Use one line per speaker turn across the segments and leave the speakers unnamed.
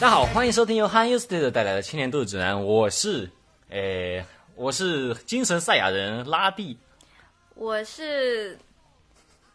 大家好，欢迎收听由 Han u s t a d 带来的《青年度指南》，我是，诶、我是精神赛亚人拉蒂。
我是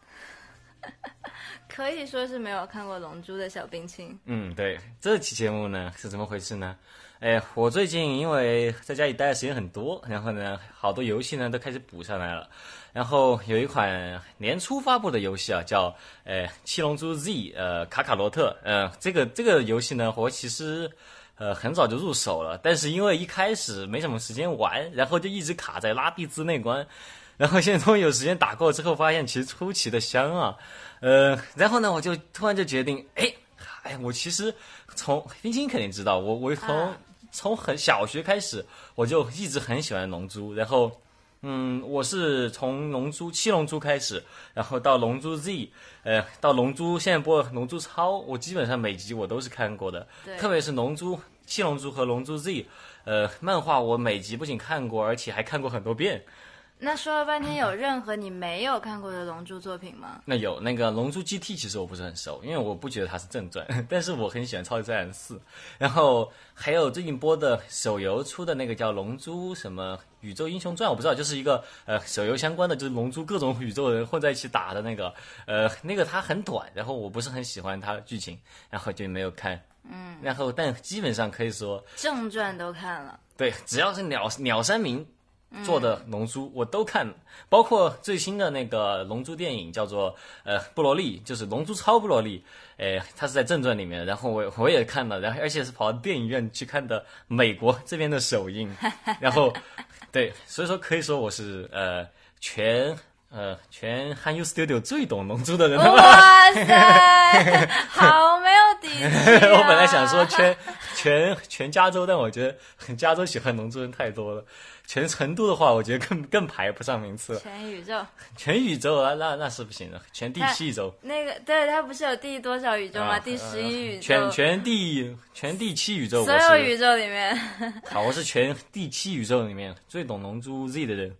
可以说是没有看过《龙珠》的小冰清，
嗯，对，这期节目呢是怎么回事呢？诶，我最近因为在家里待的时间很多，然后呢，好多游戏呢都开始补上来了。然后有一款年初发布的游戏啊，叫呃《七龙珠 Z》呃卡卡罗特，呃，这个这个游戏呢，我其实呃很早就入手了，但是因为一开始没什么时间玩，然后就一直卡在拉蒂兹那关。然后现在终于有时间打过之后，发现其实出奇的香啊，呃，然后呢，我就突然就决定，哎，哎，我其实从冰清肯定知道，我我从、
啊
从很小学开始，我就一直很喜欢龙珠，然后。嗯，我是从龙珠七龙珠开始，然后到龙珠 Z，呃，到龙珠现在播的龙珠超，我基本上每集我都是看过的，
对
特别是龙珠七龙珠和龙珠 Z，呃，漫画我每集不仅看过，而且还看过很多遍。
那说了半天，有任何你没有看过的《龙珠》作品吗？
那有那个《龙珠 GT》，其实我不是很熟，因为我不觉得它是正传， 但是我很喜欢《超级赛亚人四》，然后还有最近播的手游出的那个叫《龙珠什么宇宙英雄传》，我不知道，就是一个呃手游相关的，就是龙珠各种 宇宙人混在一起打的那个，呃，那个它很短，然后我不是很喜欢它的剧情，然后就没有看，嗯，然后但基本上可以说，
正传都看了，
对，只要是鸟鸟山明做的《龙珠》我都看了，包括最新的那个《龙珠》电影，叫做呃布罗利，就是《龙珠超布罗利》，诶，它是在正传里面，然后我我也看了，然后而且是跑到电影院去看的美国 这边的首映，然后对，所以说可以说我是呃全呃全汉 U Studio 最懂《龙珠》的人了。
哇 塞，好没有底气、啊！
我本来想说全全全加州，但我觉得加州喜欢龙珠人太多了。全成都的话，我觉得更更排不上名次了。
全宇宙
全宇宙啊，那那是不行的。全第七宇宙
那个，对，它不是有第多少宇宙吗？
啊呃
第十一宇宙，
全全第全第七宇宙，
所
我
有
是
宇宙里面。
好，我是全第七宇宙里面最懂龙珠 Z 的人。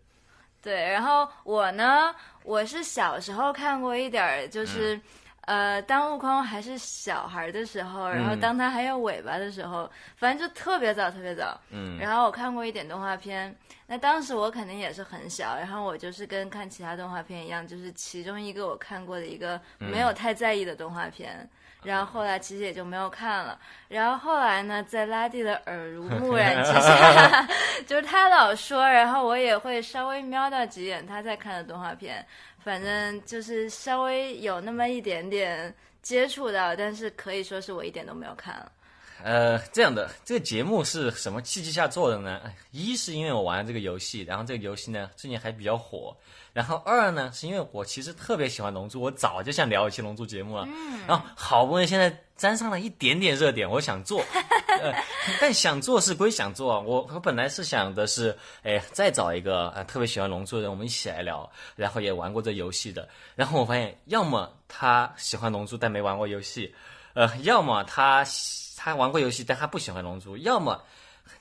对，然后我呢，我是小时候看过一点儿，就是、呃，当悟空还是小孩儿的时候，然后当他还有尾巴的时候，反正就特别早，特别早。嗯。然后我看过一点动画片，那当时我肯定也是很小，然后我就是跟看其他动画片一样，就是其中一个我看过的一个没有太在意的动画片。然后后来其实也就没有看了，然后后来呢，在拉蒂的耳濡目染之下，就是他老说，然后我也会稍微瞄到几眼他在看的动画片，反正就是稍微有那么一点点接触到，但是可以说是我一点都没有看了。
呃，这样的，这个节目是什么契机下做的呢？哎一是因为我玩了这个游戏，然后这个游戏呢最近还比较火。然后二呢，是因为我其实特别喜欢龙珠，我早就想聊一期龙珠节目了。嗯。然后好不容易现在沾上了一点点热点，我想做，呃，但想做是归想做啊，我我本来是想的是，哎，再找一个呃特别喜欢龙珠的人，我们一起来聊，然后也玩过这游戏的。然后我发现，要么他喜欢龙珠但没玩过游戏，呃，要么他喜他玩过游戏，但他不喜欢龙珠，要么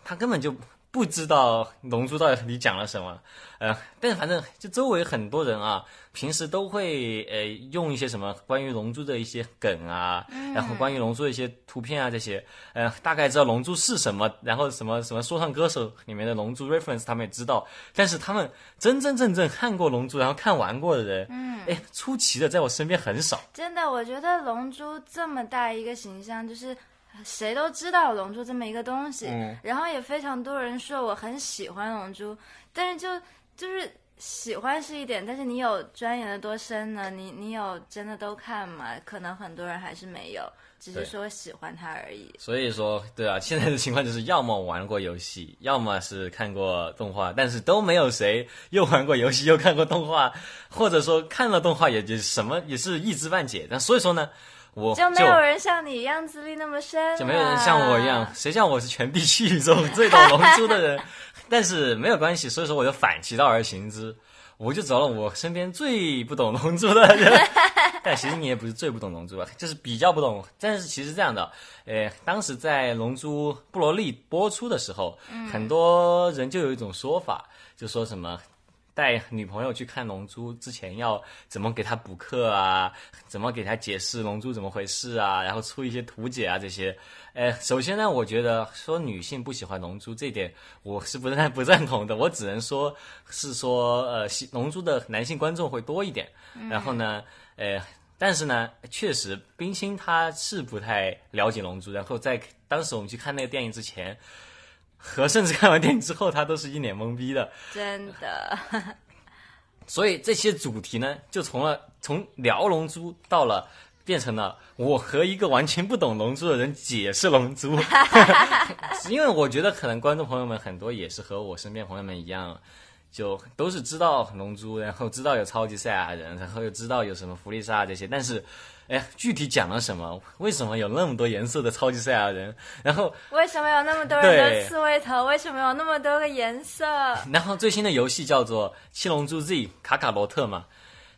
他根本就不知道龙珠到底讲了什么。呃，但反正就周围很多人啊，平时都会呃用一些什么关于龙珠的一些梗啊，然后关于龙珠的一些图片啊这些，呃，大概知道龙珠是什么，然后什么什么说唱歌手里面的龙珠 reference 他们也知道，但是他们真真正正看过龙珠，然后看完过的人，嗯，哎，出奇的在我身边很少。
真的，我觉得龙珠这么大一个形象，就是谁都知道龙珠这么一个东西，然后也非常多人说我很喜欢龙珠，但是就就是喜欢是一点，但是你有钻研的多深呢？你你有真的都看吗？可能很多人还是没有，只
对
是说喜欢它而已。
所以说，对啊，现在的情况就是，要么玩过游戏，要么是看过动画，但是都没有谁又玩过游戏又看过动画，或者说看了动画也就什么也是一知半解。那所以说呢，我
就没有人像你一样资历那么深、啊
就没有人像我一样，。谁像我是全地区宇宙最懂龙珠的人？但是没有关系，所以说我就反其道而行之，我就找了我身边最不懂龙珠的人。 但其实你也不是最不懂龙珠吧，就是比较不懂。但是其实这样的，呃，当时在《龙珠布罗利》播出的时候，很多人就有一种说法，就说什么。带女朋友去看《龙珠》之前要怎么给她补课啊，怎么给她解释《龙珠》怎么回事啊，然后出一些图解啊这些。呃，首先呢，我觉得说女性不喜欢《龙珠》这点我是不赞不赞同的，我只能说是说呃，喜《龙珠》的男性观众会多一点。然后呢，呃，但是呢，确实冰清他是不太了解《龙珠》，然后在当时我们去看那个电影之前。和甚至看完电影之后，他都是一脸懵逼的。
真的，
所以这些主题呢，就从了从聊《龙珠》到了变成了我和一个完全不懂《龙珠》的人解释《龙珠》，因为我觉得可能观众朋友们很多也是和我身边朋友们一样，就都是知道《龙珠》，然后知道有超级赛亚人，然后又知道有什么弗利萨这些，但是。哎，具体讲了什么？为什么有那么多颜色的超级赛亚人？然后
为什么有那么多人的刺猬头？为什么有那么多个颜色？
然后最新的游戏叫做《七龙珠 Z》卡卡罗特嘛，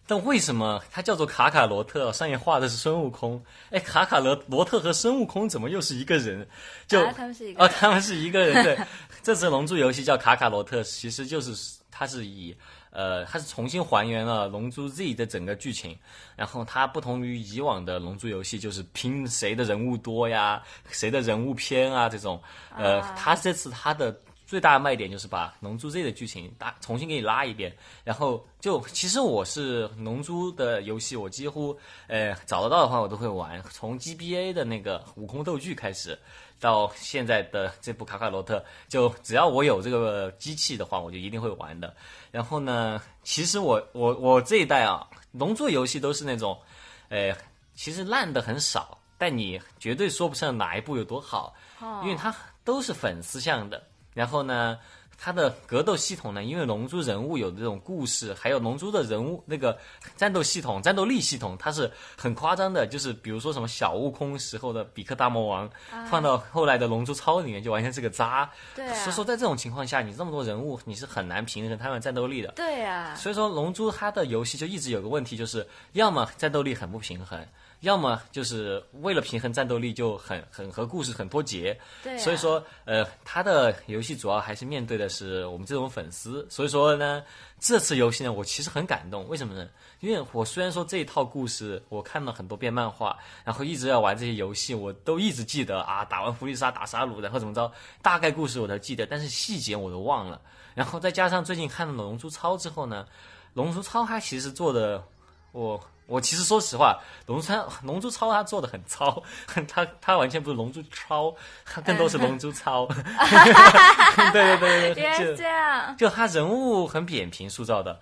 但为什么它叫做卡卡罗特？上面画的是孙悟空。哎，卡卡罗罗特和孙悟空怎么又是一个人？就
啊，他们是一个
哦，他们是一个人。对，这次龙珠游戏叫卡卡罗特，其实就是它是以。呃，它是重新还原了《龙珠 Z》的整个剧情，然后它不同于以往的《龙珠》游戏，就是拼谁的人物多呀，谁的人物偏啊这种。呃，它这次它的最大的卖点就是把《龙珠 Z》的剧情大重新给你拉一遍，然后就其实我是《龙珠》的游戏，我几乎呃找得到的话我都会玩，从 GBA 的那个悟空斗剧开始。到现在的这部《卡卡罗特》，就只要我有这个机器的话，我就一定会玩的。然后呢，其实我我我这一代啊，龙珠游戏都是那种，呃，其实烂的很少，但你绝对说不上哪一部有多好，
哦
因为它都是粉丝向的。然后呢，它的格斗系统呢，因为龙珠人物有这种故事，还有龙珠的人物那个战斗系统、战斗力系统，它是很夸张的。就是比如说什么小悟空时候的比克大魔王，放到后来的龙珠超里面就完全是个渣。
啊对啊
所以说在这种情况下，你这么多人物，你是很难平衡他们战斗力的。
对啊呀、
所以说，《龙珠》它的游戏就一直有个问题，就是要么战斗力很不平衡，要么就是为了平衡战斗力就很很和故事很脱节。
对啊呀
所以说，呃，它的游戏主要还是面对的是我们这种粉丝。所以说呢，这次游戏呢，我其实很感动。为什么呢？因为我虽然说这一套故事我看了很多遍漫画，然后一直要玩这些游戏，我都一直记得啊，打完弗利萨打沙鲁，然后怎么着，大概故事我都记得，但是细节我都忘了。然后再加上最近看了《龙珠超》之后呢，《龙珠超》它其实做的，我我其实说实话，《龙珠超》《龙珠超》它做的很糙， 它它完全不是《龙珠超》，它更多是《龙珠超》 对对对对
原来
对，
是
就
这样。
就他人物很扁平塑造的。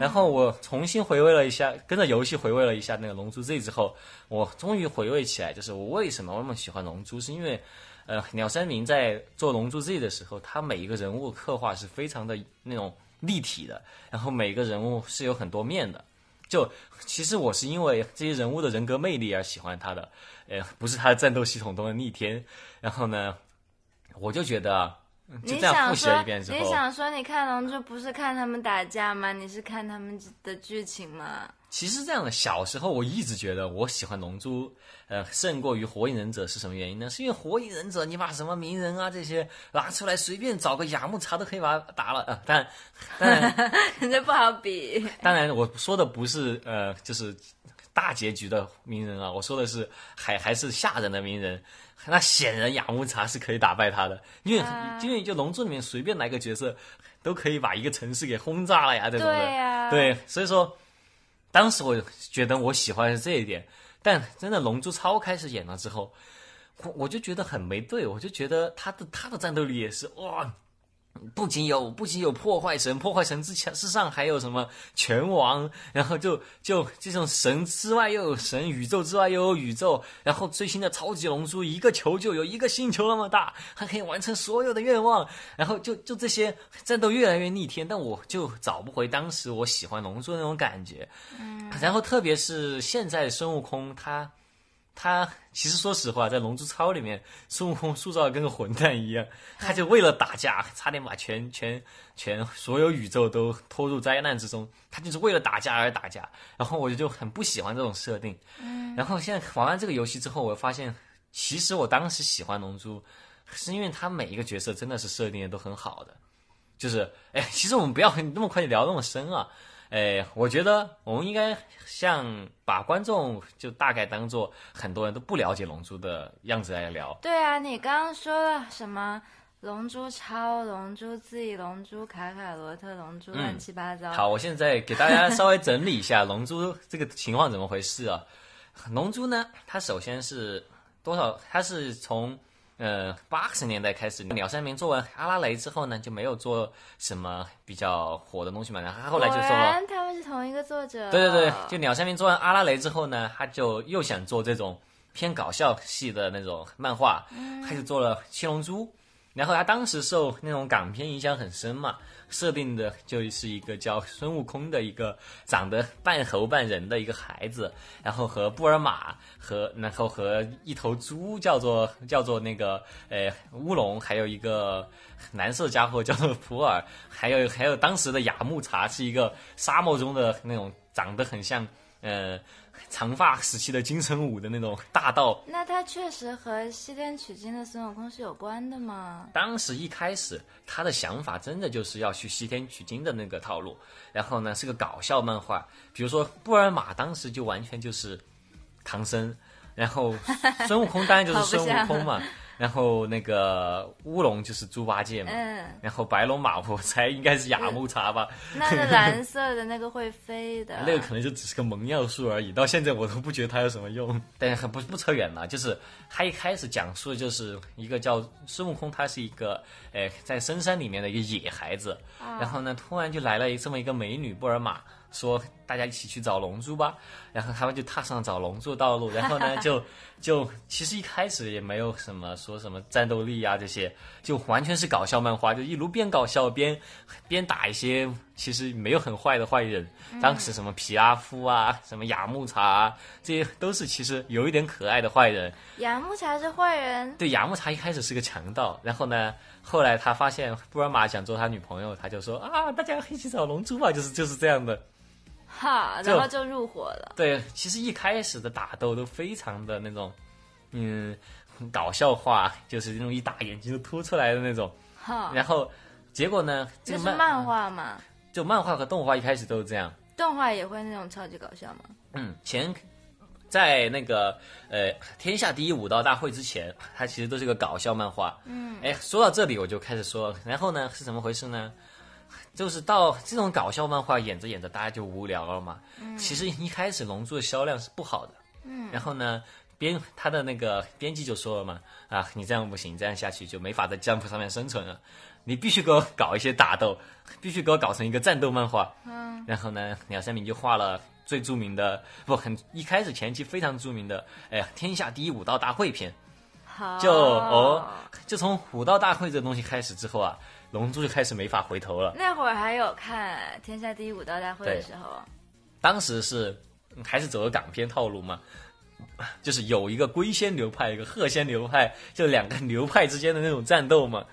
然后我重新回味了一下，跟着游戏回味了一下那个《龙珠 Z》之后，我终于回味起来，就是我为什么那么喜欢《龙珠》，是因为。呃，鸟山明在做《龙珠 Z》的时候，他每一个人物刻画是非常的那种立体的，然后每个人物是有很多面的。就其实我是因为这些人物的人格魅力而喜欢他的，呃，不是他的战斗系统中的逆天。然后呢，我就觉得啊嗯就
你
这样
想
复习
说
了一遍之后，
你想说，你看《龙珠》不是看他们打架吗？你是看他们的剧情吗？
其实这样的，小时候我一直觉得我喜欢《龙珠》，呃，胜过于《火影忍者》是什么原因呢？是因为《火影忍者》你把什么鸣人啊这些拿出来，随便找个雅木茶都可以把它打了。呃，但
这不好比。
当然，我说的不是呃，就是大结局的鸣人啊，我说的是还还是吓人的鸣人。那显然雅木茶是可以打败他的，因为、因为就《龙珠》里面随便来个角色，都可以把一个城市给轰炸了呀，这种的。
对啊呀
对，所以说当时我觉得我喜欢的是这一点，但真的《龙珠超》开始演了之后，我我就觉得很没对，我就觉得他的他的战斗力也是哇，不仅有不仅有破坏神，破坏神之前之上还有什么拳王，然后就就这种神之外又有神，宇宙之外又有宇宙，然后最新的超级龙珠一个球就有一个星球那么大，它可以完成所有的愿望，然后就就这些战斗越来越逆天，但我就找不回当时我喜欢龙珠那种感觉，嗯，然后特别是现在孙悟空他。他其实说实话，在《龙珠超》里面，孙悟空塑造的跟个混蛋一样，他就为了打架，差点把全全全所有宇宙都拖入灾难之中。他就是为了打架而打架，然后我就很不喜欢这种设定。然后现在玩完这个游戏之后，我发现，其实我当时喜欢龙珠，是因为他每一个角色真的是设定的都很好的。就是哎，其实我们不要那么快就聊那么深啊。哎，我觉得我们应该像把观众就大概当做很多人都不了解《龙珠》的样子来聊。
对啊，你刚刚说了什么？龙珠超、龙珠 Z、龙珠卡卡罗特、龙珠乱七八糟。
好，我现在给大家稍微整理一下龙珠这个情况怎么回事啊？龙珠呢，它首先是多少？它是从呃八十年代开始，鸟山明做完阿拉蕾之后呢，就没有做什么比较火的东西嘛。然后他后来就
果
做了，
然他们是同一个作者。
对对对，就鸟山明做完阿拉蕾之后呢，他就又想做这种偏搞笑系的那种漫画，他就做了《七龙珠》。然后他当时受那种港片影响很深嘛，设定的就是一个叫孙悟空的一个长得半猴半人的一个孩子，然后和布尔玛和然后和一头猪叫做叫做那个呃乌龙，还有一个蓝色家伙叫做普洱，还有还有当时的雅木茶是一个沙漠中的那种长得很像呃长发时期的金城武的那种大盗
那他确实和西天取经的孙悟空是有关的吗？
当时一开始他的想法真的就是要去西天取经的那个套路，然后呢是个搞笑漫画，比如说布尔玛当时就完全就是唐僧，然后孙悟空当然就是
好不
孙悟
像
空嘛，然后那个乌龙就是猪八戒嘛，
嗯，
然后白龙马 我猜应该是雅木茶吧，，
那个蓝色的那个会飞 的
啊那个可能就只是个蒙药术而已，到现在我都不觉得它有什么用。 但是很不不扯远了，就是他一开始讲述的就是一个叫孙悟空，他是一个诶、在深山里面的一个野孩子，然后呢突然就来了这么一个美女布尔玛，说大家一起去找龙珠吧，然后他们就踏上找龙珠的道路，然后呢就就其实一开始也没有什么说什么战斗力啊这些，就完全是搞笑漫画，就一路边搞笑边边打一些其实没有很坏的坏人。当时什么皮拉夫啊，什么雅木茶、啊，这些都是其实有一点可爱的坏人。
雅木茶是坏人，
对，雅木茶一开始是个强盗，然后呢，后来他发现布尔玛想做他女朋友，他就说啊，大家一起找龙珠吧，就是就是这样的。
哈，
就
然后就入伙了。
对，其实一开始的打斗都非常的那种，嗯，很搞笑化，就是那种一打眼睛就凸出来的 那种。
哈，
然后结果呢，这
这
个
是
漫
漫画嘛？
就漫画和动画一开始都是这样。
动画也会那种超级搞笑吗？
嗯，前在那个呃天下第一武道大会之前，它其实都是个搞笑漫画。嗯，哎，说到这里我就开始说，然后呢是怎么回事呢？就是到这种搞笑漫画演着演着，大家就无聊了嘛。嗯、其实一开始《龙珠》的销量是不好的。嗯，然后呢，编他的那个编辑就说了嘛，啊，你这样不行，这样下去就没法在 Jump 上面生存了，你必须给我搞一些打斗，必须给我搞成一个战斗漫画。然后呢，鸟山明就画了最著名的，不很一开始前期非常著名的，哎呀，天下第一武道大会篇。
好，
就哦，就从武道大会这东西开始之后啊，龙珠就开始没法回头了。
那会儿还有看《天下第一武道大会》的时候，
当时是嗯还是走的港片套路嘛，就是有一个龟仙流派，一个鹤仙流派，就两个流派之间的那种战斗嘛。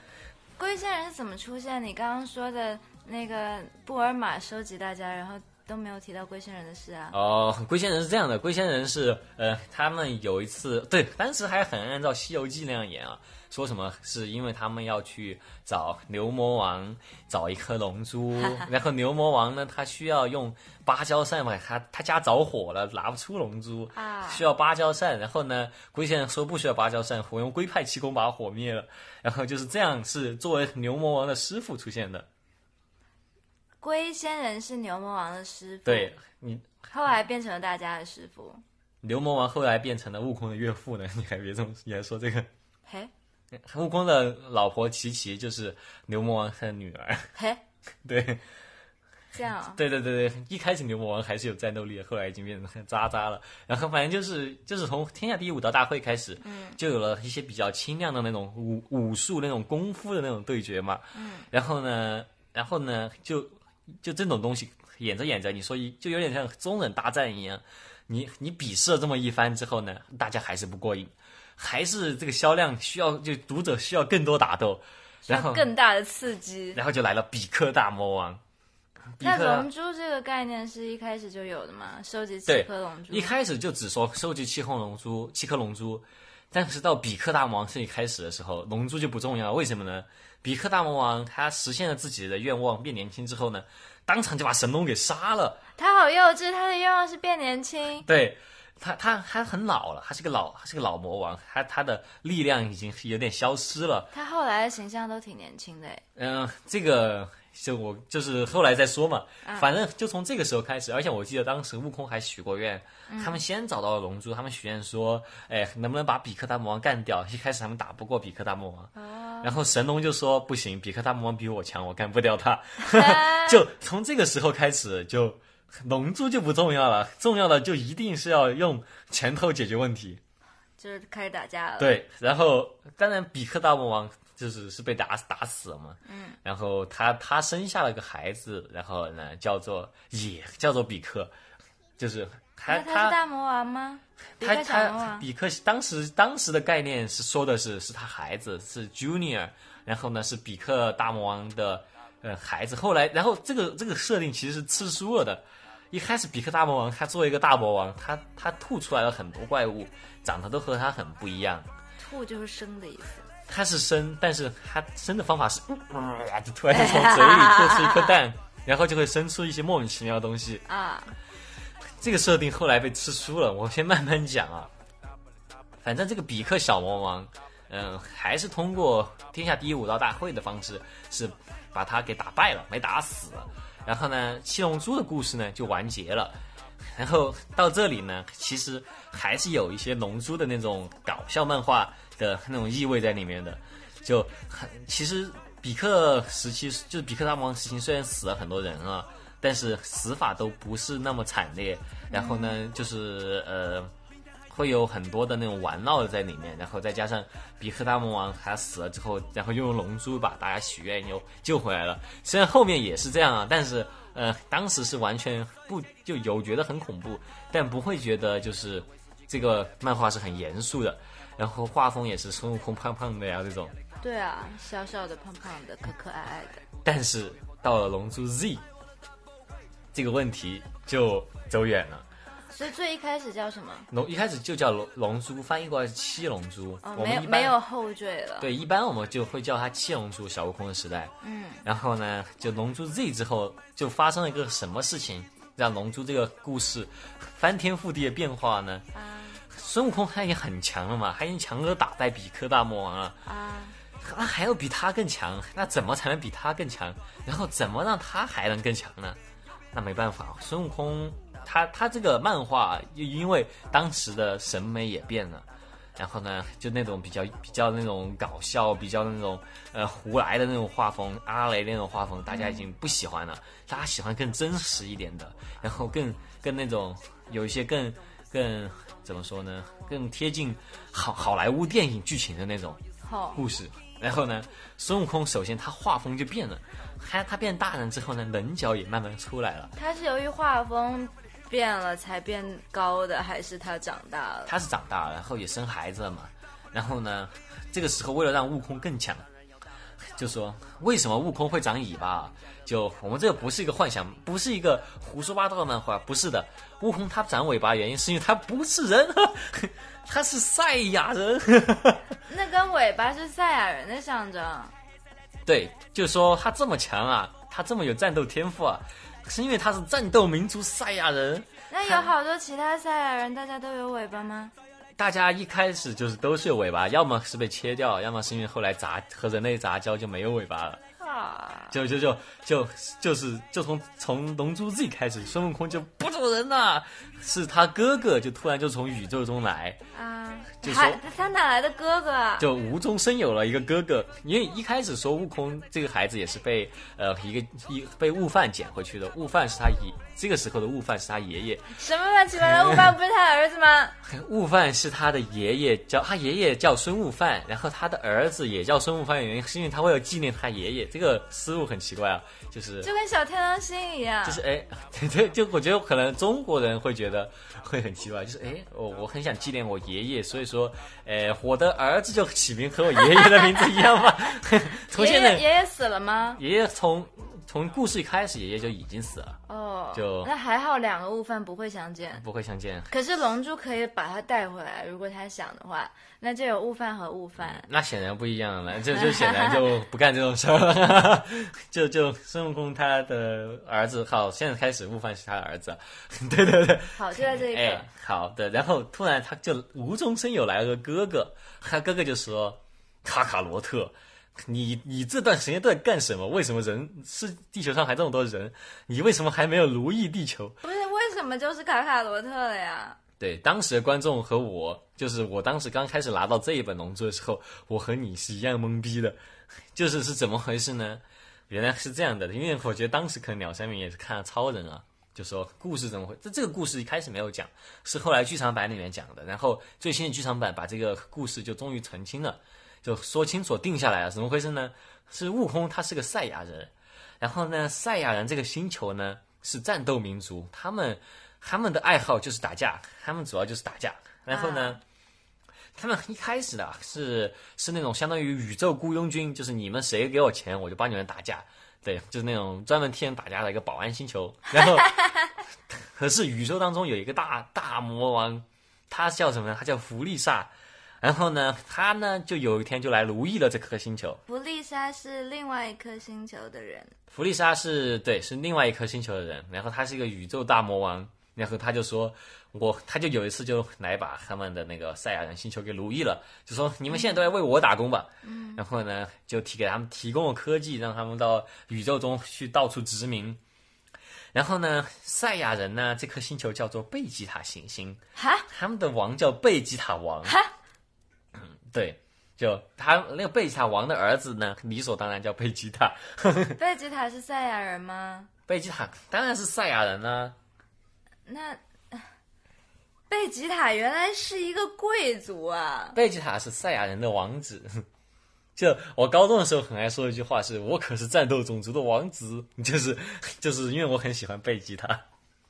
龟仙人是怎么出现？你刚刚说的那个布尔玛收集大家，然后都没有提到龟仙人的事啊？
哦，龟仙人是这样的，龟仙人是呃，他们有一次对，当时还很按照《西游记》那样演啊，说什么是因为他们要去找牛魔王，找一颗龙珠，然后牛魔王呢，他需要用芭蕉扇嘛，他他家着火了，拿不出龙珠，
啊
需要芭蕉扇，然后呢，龟仙人说不需要芭蕉扇，我用龟派气功把火灭了，然后就是这样，是作为牛魔王的师傅出现的，
龟仙人是牛魔王的师傅，
对，你
后来变成了大家的师傅。
牛魔王后来变成了悟空的岳父呢，你还别这么，你还说这个。
嘿，
悟空的老婆琪琪就是牛魔王的女儿，
嘿，
对
这样啊、
对对对对，一开始牛魔王还是有战斗力的，后来已经变成渣渣了。然后反正就是就是从天下第一武道大会开始，嗯，就有了一些比较轻量的那种武武术、那种功夫的那种对决嘛，嗯，然后呢，然后呢，就就这种东西演着演着，你说一就有点像中忍大战一样，你你比试了这么一番之后呢，大家还是不过瘾，还是这个销量需要就读者需要更多打斗。
需
然
要
后
更大的刺激。
然后就来了比克大魔王。比
那
克大
龙珠这个概念是一开始就有的嘛？收集七
对
颗龙珠
一，开始就只说收集七颗龙珠，七颗龙珠，但是到比克大魔王这里开始的时候，龙珠就不重要了，为什么呢？比克大魔王他实现了自己的愿望，变年轻之后呢，当场就把神龙给杀了。
他好幼稚，他的愿望是变年轻。
对他，他他很老了，他是个老，他是个老魔王，他他的力量已经有点消失了。
他后来的形象都挺年轻的诶，
嗯、这个就我就是后来再说嘛，反正就从这个时候开始，而且我记得当时悟空还许过愿，他们先找到了龙珠，他们许愿说，哎，能不能把比克大魔王干掉？一开始他们打不过比克大魔王，然后神龙就说不行，比克大魔王比我强，我干不掉他。就从这个时候开始，就龙珠就不重要了，重要的就一定是要用拳头解决问题。
就是开始打架了。
对，然后当然比克大魔王就是是被打打死了嘛。嗯。然后他他生下了个孩子，然后呢叫做也叫做比克，就是他
那他是大魔王吗？比
他
克小魔
他
王。
比克当时当时的概念是说的是是他孩子是 Junior，然后呢是比克大魔王的呃孩子，后来然后这个这个设定其实是吃书了的。一开始比克大魔王他作为一个大魔王，他他吐出来了很多怪物，长得都和他很不一样。
兔就是生的意思。
他是生，但是他生的方法是，嗯嗯就突然从嘴里吐出一颗蛋，然后就会生出一些莫名其妙的东西。
啊，
这个设定后来被吃书了，我先慢慢讲啊。 反正这个比克小魔王，嗯、还是通过天下第一武道大会的方式，是把他给打败了，没打死。然后呢，七龙珠的故事呢就完结了。 然后到这里呢，其实还是有一些龙珠的那种搞笑漫画的那种意味在里面的，就很其实比克时期就是比克大魔王时期，虽然死了很多人啊，但是死法都不是那么惨烈。然后呢，就是呃，会有很多的那种玩闹在里面，然后再加上比克大魔王他死了之后，然后又用龙珠把大家许愿又救回来了。虽然后面也是这样啊，但是呃，当时是完全不就有觉得很恐怖，但不会觉得就是这个漫画是很严肃的，然后画风也是孙悟空胖胖的呀这种。
对啊，小小的、胖胖的、可可爱爱的。
但是到了《龙珠 Z》，这个问题就走远了。
所以最一开始叫什么？
龙一开始就叫龙龙珠，翻译过来是七龙珠。
哦，
我
没
们
有
一般
没有后缀了。
对，一般我们就会叫它七龙珠小悟空的时代。嗯，然后呢，就龙珠 Z 之后，就发生了一个什么事情，让龙珠这个故事翻天覆地的变化呢？孙悟空他已经很强了嘛，他已经强哥打败比克大魔王了。
啊，
那还要比他更强，那怎么才能比他更强？然后怎么让他还能更强呢？那没办法，孙悟空他他这个漫画，又因为当时的审美也变了，然后呢，就那种比较比较那种搞笑，比较那种呃胡来的那种画风，阿雷那种画风，大家已经不喜欢了，大家喜欢更真实一点的，然后更更那种有一些更更怎么说呢，更贴近好好莱坞电影剧情的那种。
后
故事。然后呢，孙悟空首先他画风就变了，他他变大人之后呢，棱角也慢慢出来了。
他是由于画风变了才变高的，还是他长大了？
他是长大了，然后也生孩子了嘛。然后呢，这个时候为了让悟空更强，就说为什么悟空会长尾巴？就我们这个不是一个幻想，不是一个胡说八道的漫画，不是的。悟空他长尾巴原因是因为他不是人，啊 他是赛亚人。
那跟尾巴是赛亚人的象征。
对，就说他这么强啊，他这么有战斗天赋啊，是因为他是战斗民族赛亚人。
那有好多其他赛亚人，大家都有尾巴吗？
大家一开始就是都是有尾巴，要么是被切掉，要么是因为后来杂和人类杂交就没有尾巴了，
啊，
就就就就就是就从从龙珠 Z 开始，孙悟空就不走人了，是他哥哥就突然就从宇宙中来，
啊，
就
他
说
他哪来的哥哥啊？
就无中生有了一个哥哥，因为一开始说悟空这个孩子也是被呃一个一被悟饭捡回去的，悟饭是他爷，这个时候的悟饭是他爷爷，
什么乱七八糟？悟饭不是他儿子吗？
悟饭是他的爷爷叫他爷爷叫孙悟饭，然后他的儿子也叫孙悟饭，的原因是因为他为了纪念他爷爷，这个思路很奇怪啊，就是
就跟小天狼星一样。
就是哎，对对，就我觉得可能中国人会觉得会很奇怪，就是哎，我我很想纪念我爷爷，所以说，哎，我的儿子就 起名和我爷爷的名字一样嘛。从
爷
现在
爷爷爷死了吗？
爷爷从从故事一开始，爷爷就已经死了，
哦，
就
那还好，两个悟饭不会相见。
不会相见。
可是龙珠可以把他带回来，如果他想的话，那就有悟饭和悟饭。
那显然不一样了，这就显然就不干这种事儿了。 就就孙悟空他的儿子，好，现在开始悟饭是他的儿子，啊 对对对，
好，就在这一刻，
哎，好的。然后突然他就无中生有来了个哥哥，他哥哥就说：“卡卡罗特，你你这段时间都在干什么？为什么人是地球上还这么多人？你为什么还没有如意地球？”
不是为什么就是卡卡罗特了呀？
对，当时的观众和我，就是我当时刚开始拿到这一本《龙珠》的时候，我和你是一样懵逼的， 就是是怎么回事呢？原来是这样的，因为我觉得当时可能鸟山明也是看了《超人》啊，就说故事怎么回，这这个故事一开始没有讲，是后来剧场版里面讲的，然后最新的剧场版把这个故事就终于澄清了，就说清楚定下来啊了，怎么回事呢？是悟空他是个赛亚人，然后呢，赛亚人这个星球呢是战斗民族，他们他们的爱好就是打架，他们主要就是打架。然后呢，他们一开始的啊是是那种相当于宇宙雇佣军，就是你们谁给我钱，我就帮你们打架。对，就是那种专门替人打架的一个保安星球。然后，可是宇宙当中有一个大大魔王，他叫什么呢？他叫弗利萨。然后呢，他呢就有一天就来奴役了这颗星球。
弗利莎是另外一颗星球的人，
弗利莎是对，是另外一颗星球的人，然后他是一个宇宙大魔王，然后他就说，我他就有一次就来把他们的那个赛亚人星球给奴役了，就说你们现在都来为我打工吧，嗯，然后呢就提给他们提供了科技，让他们到宇宙中去到处殖民。然后呢，赛亚人呢，这颗星球叫做贝吉塔行星，
哈，
他们的王叫贝吉塔王。哈，对，就他那个贝吉塔王的儿子呢，理所当然叫贝吉塔。
贝吉塔是赛亚人吗？
贝吉塔当然是赛亚人啊啦、
那贝吉塔原来是一个贵族啊！
贝吉塔是赛亚人的王子。就我高中的时候很爱说一句话是，我可是战斗种族的王子，就是就是因为我很喜欢贝吉塔。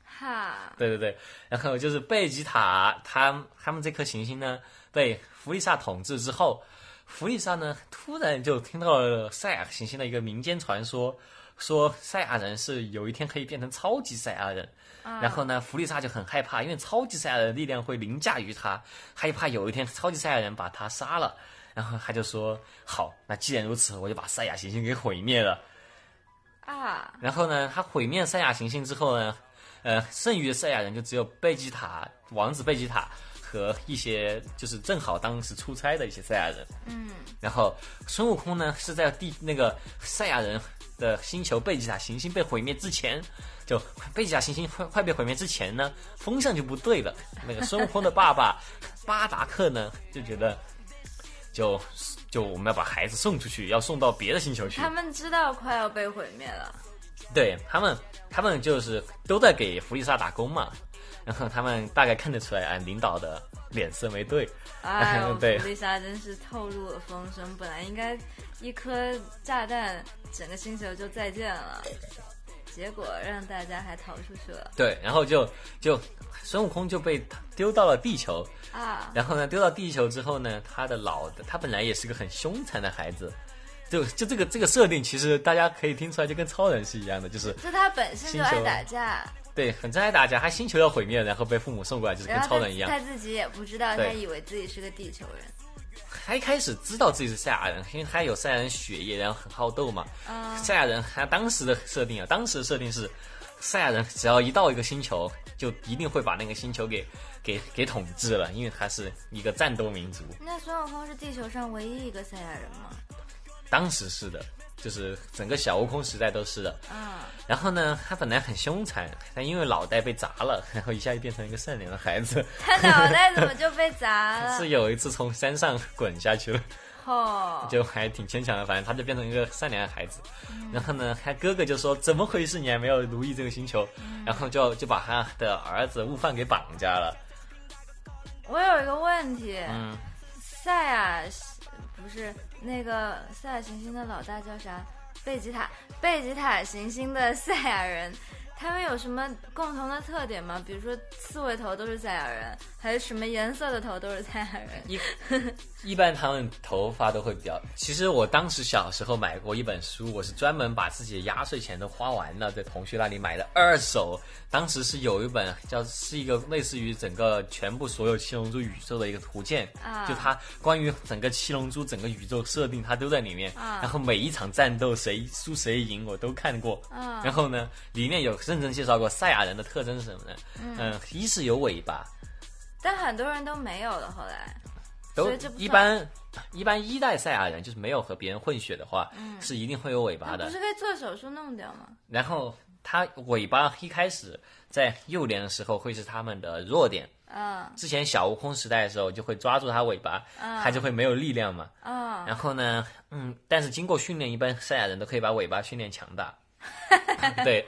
哈，
对对对，然后就是贝吉塔，他他们这颗行星呢被弗利萨统治之后，弗利萨呢突然就听到了赛亚行星的一个民间传说，说赛亚人是有一天可以变成超级赛亚人，然后呢，弗利萨就很害怕，因为超级赛亚人的力量会凌驾于他，害怕有一天超级赛亚人把他杀了，然后他就说好，那既然如此，我就把赛亚行星给毁灭了。
啊，
然后呢，他毁灭赛亚行星之后呢，呃，剩余的赛亚人就只有贝吉塔王子贝吉塔和一些就是正好当时出差的一些赛亚人。
嗯，
然后孙悟空呢是在地那个赛亚人的星球贝吉塔行星被毁灭之前，就贝吉塔行星快快被毁灭之前呢，风向就不对了。那个孙悟空的爸爸 巴达克呢就觉得就，就我们要把孩子送出去，要送到别的星球去
他。们知道快要被毁灭了，
对他们，他们就是都在给弗利萨打工嘛， 然后他们大概看得出来，啊，领导的脸色没对，
哎 呦，
对
弗利莎真是透露了风声，本来应该一颗炸弹，整个星球就再见了，结果让大家还逃出去了
对，然后就就孙悟空就被丢到了地球，
啊！
然后呢，丢到地球之后呢，他的老的他本来也是个很凶残的孩子，就就这个这个设定，其实大家可以听出来，就跟超人是一样的，就是
就他本身就
星
爱
球
打架，
对很真爱打架，他星球要毁灭，然后被父母送过来，就是跟
然后
超
他
人一样。
他自己也不知道，他
对
以为自己是个地球人。
他一开始知道自己是赛亚人，因为他有赛亚人血液，然后很好斗嘛。
啊
赛亚人他当时的设定啊，当时的设定是，赛亚人只要一到一个星球，就一定会把那个星球给给给统治了，因为他是一个战斗民族。
那孙悟空是地球上唯一一个赛亚人吗？
当时是的，就是整个小悟空时代都是的。
啊，
然后呢，他本来很凶残，但因为脑袋被砸了，然后一下就变成一个善良的孩子，
他脑袋怎么就被砸 了？
是有一次从山上滚下去了。
哦，
就还挺牵强的，反正他就变成一个善良的孩子。然后呢，他哥哥就说：“怎么回事？你还没有奴役这个星球？”然后就就把他的儿子悟饭给绑架了。
我有一个问题，
嗯，
赛亚是不是那个赛亚行星的老大叫啥？贝吉塔，贝吉塔行星的赛亚人，他们有什么共同的特点吗？比如说刺猬头都是赛亚人，还是什么颜色的头都是赛亚人？
一一般他们头发都会比较。其实我当时小时候买过一本书，我是专门把自己的压岁钱都花完了，在同学那里买的二手。当时是有一本叫是一个类似于整个全部所有七龙珠宇宙的一个图鉴，
啊
就它关于整个七龙珠整个宇宙设定，它都在里面。
啊
然后每一场战斗谁输谁赢我都看过。
啊
然后呢，里面有认真介绍过赛亚人的特征是什么呢？嗯，一是有尾巴，
但很多人都没有了，后来
都
所以这不算
一般一般一代赛亚人就是没有和别人混血的话，是一定会有尾巴
嗯那不
的。
是可以做手术弄掉吗？
然后它尾巴一开始在幼年的时候会是他们的弱点。
啊
之前小悟空时代的时候就会抓住它尾巴，
嗯
它就会没有力量嘛。
啊
然后呢，嗯，但是经过训练，一般赛亚人都可以把尾巴训练强 大。对。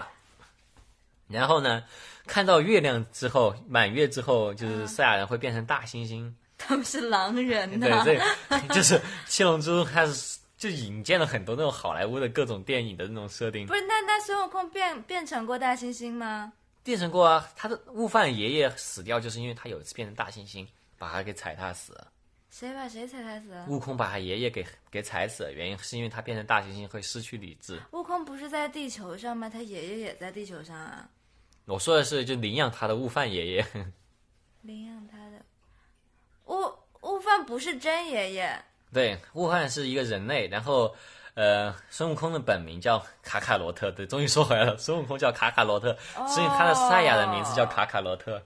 然后呢，看到月亮之后，满月之后，
嗯
就是赛亚人会变成大猩猩。
他们是狼人呐、
对，这就是《七龙珠》，它是就引荐了很多那种好莱坞的各种电影的那种设定
不。是，那那孙悟空变变成过大猩猩吗？
变成过啊，他的悟饭爷爷死掉，就是因为他有一次变成大猩猩，把他给踩踏死了。
谁把谁踩踏死啊了？
悟空把他爷爷给给踩死的原因是因为他变成大猩猩会失去理智。
悟空不是在地球上吗？他爷爷也在地球上啊，
我说的是就领养他的悟饭爷 爷，
领养他的。悟悟饭不是真爷爷，
对，悟饭是一个人类，然后。呃，孙悟空的本名叫卡卡罗特，对，终于说回来了。孙悟空叫卡卡罗特，所以他的赛亚的名字叫卡卡罗特。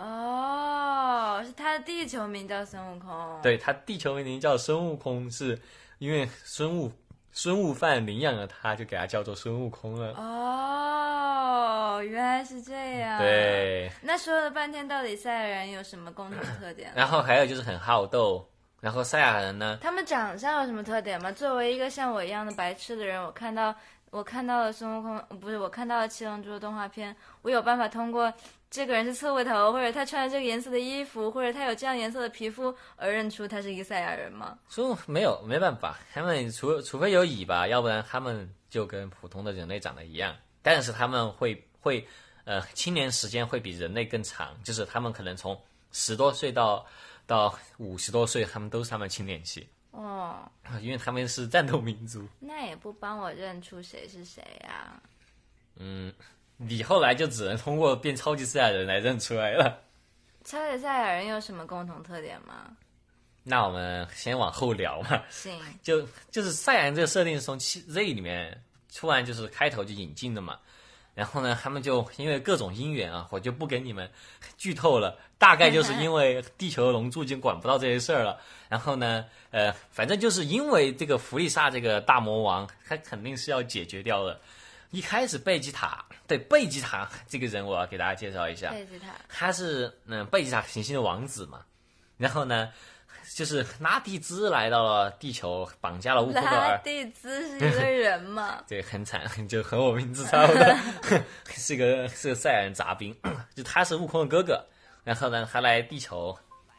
哦，是他的地球名叫孙悟空。，
对他地球名叫孙悟空，是因为孙悟孙悟饭领养了他，就给他叫做孙悟空了。
哦，原来是这样。。
对，？
那说了半天，到底赛亚人有什么共同特点
然后还有就是很好斗，然后赛亚人呢，
他们长相有什么特点吗？作为一个像我一样的白痴的人，我看到我看到了孙悟空，呃不是我看到了七龙珠的动画片，我有办法通过这个人是刺猬头，或者他穿着这个颜色的衣服，或者他有这样颜色的皮肤而认出他是一个赛亚人吗？
孙悟没有没办法，他们除除非有尾巴，要不然他们就跟普通的人类长得一样，但是他们会会呃青年时间会比人类更长，就是他们可能从十多岁到到五十多岁，他们都是他们青年期，
哦，
因为他们是战斗民族。
那也不帮我认出谁是谁啊呀、
嗯你后来就只能通过变超级赛亚人来认出来了。
超级赛亚人有什么共同特点吗？
那我们先往后聊嘛，
行，
就就是赛亚人这个设定是从七 Z 里面突然就是开头就引进的嘛，然后呢，他们就因为各种因缘啊，我就不给你们剧透了，大概就是因为地球的龙柱已经管不到这些事儿了，然后呢，呃，反正就是因为这个弗利萨这个大魔王，他肯定是要解决掉的。一开始贝吉塔，对贝吉塔这个人，我要给大家介绍一下。
贝吉塔，
他是嗯贝吉塔行星的王子嘛，然后呢，就是拉蒂兹来到了地球，绑架了乌库德
拉
尔，？
蒂兹是一个人吗
对，很惨， 就和我名字差不多， 是个是个赛亚人杂兵， 就他是悟空的哥哥，然后呢，他来地球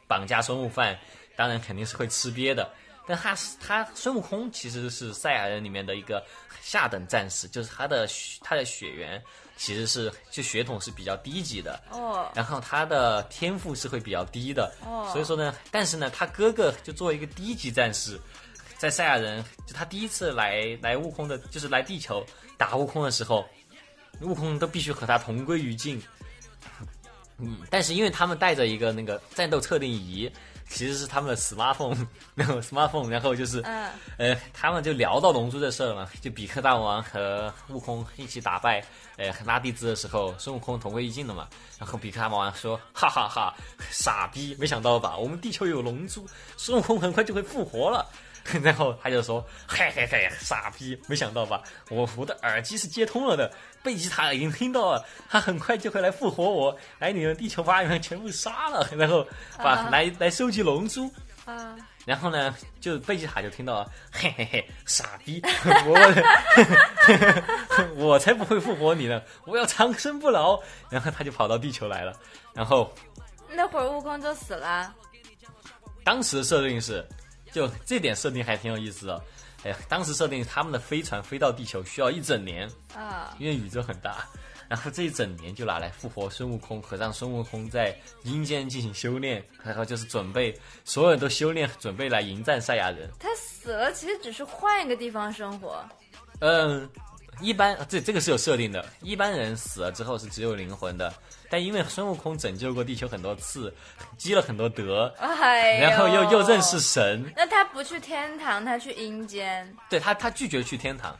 绑架孙悟饭，当然肯定是会吃瘪的。但他是他孙悟空其实是赛亚人里面的一个下等战士，就是他的血他的血缘其实是就血统是比较低级的，
哦，
然后他的天赋是会比较低的，
哦
所以说呢，但是呢，他哥哥就作为一个低级战士，在赛亚人，就他第一次来来悟空的，就是来地球打悟空的时候，悟空都必须和他同归于尽。嗯，但是因为他们带着一个那个战斗测定仪，其实是他们的 smartphone，然后 smartphone，然后就是
嗯，
呃，他们就聊到龙珠的事儿嘛，就比克大魔王和悟空一起打败呃拉蒂兹的时候，孙悟空同归于尽了嘛。然后比克大魔王说：“哈哈哈傻逼，没想到吧？我们地球有龙珠，孙悟空很快就会复活了。” 然后他就说：“嘿嘿嘿，傻逼，没想到吧？我我的耳机是接通了的，贝吉塔已经听到了，他很快就会来复活我，来你们地球把你们全部杀了， 然后把、来来收集龙珠。”
啊，
然后呢，就贝吉塔就听到，嘿嘿嘿，傻逼， 我我才不会复活你呢，我要长生不老。然后他就跑到地球来了。然后
那会儿悟空就死了。
当时的设定是，就这点设定还挺有意思的。哎呀，当时设定他们的飞船飞到地球需要一整年，
啊
因为宇宙很大。 然后这一整年就拿来复活孙悟空和让孙悟空在阴间进行修炼，然后就是准备所有人都修炼，准备来迎战赛亚人。
他死了其实只是换一个地方生活，
嗯，一般这这个是有设定的，一般人死了之后是只有灵魂的，但因为孙悟空拯救过地球很多次，积了很多德，
哎呦，
然后又又认识神，
那他不去天堂，他去阴间。
对他他拒绝去天堂，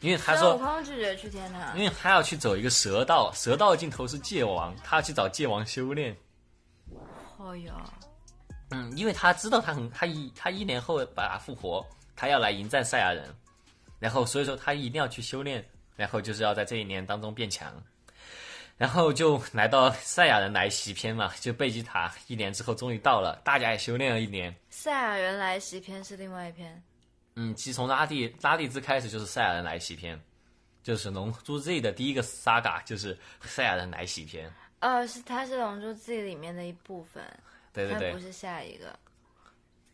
因为他
孙悟
说。嗯
空拒绝去天堂
因，为他要去走一个蛇道，蛇道尽头是界王，他要去找界王修炼。
哦哟，
嗯，因为他知道他很，他一他一年后把他复活，他要来迎战赛亚人，然后所以说他一定要去修炼，然后就是要在这一年当中变强，然后就来到赛亚人来袭篇嘛，就贝吉塔一年之后终于到了，大家也修炼了一年，
赛亚人来袭篇是另外一篇，
嗯，其实从拉蒂拉蒂兹开始就是赛亚人来袭篇，就是《龙珠 Z》的第一个 saga 就是赛亚人来袭篇，
哦，是它是《龙珠 Z》里面的一部分，
对对
它
对
不，是下一个。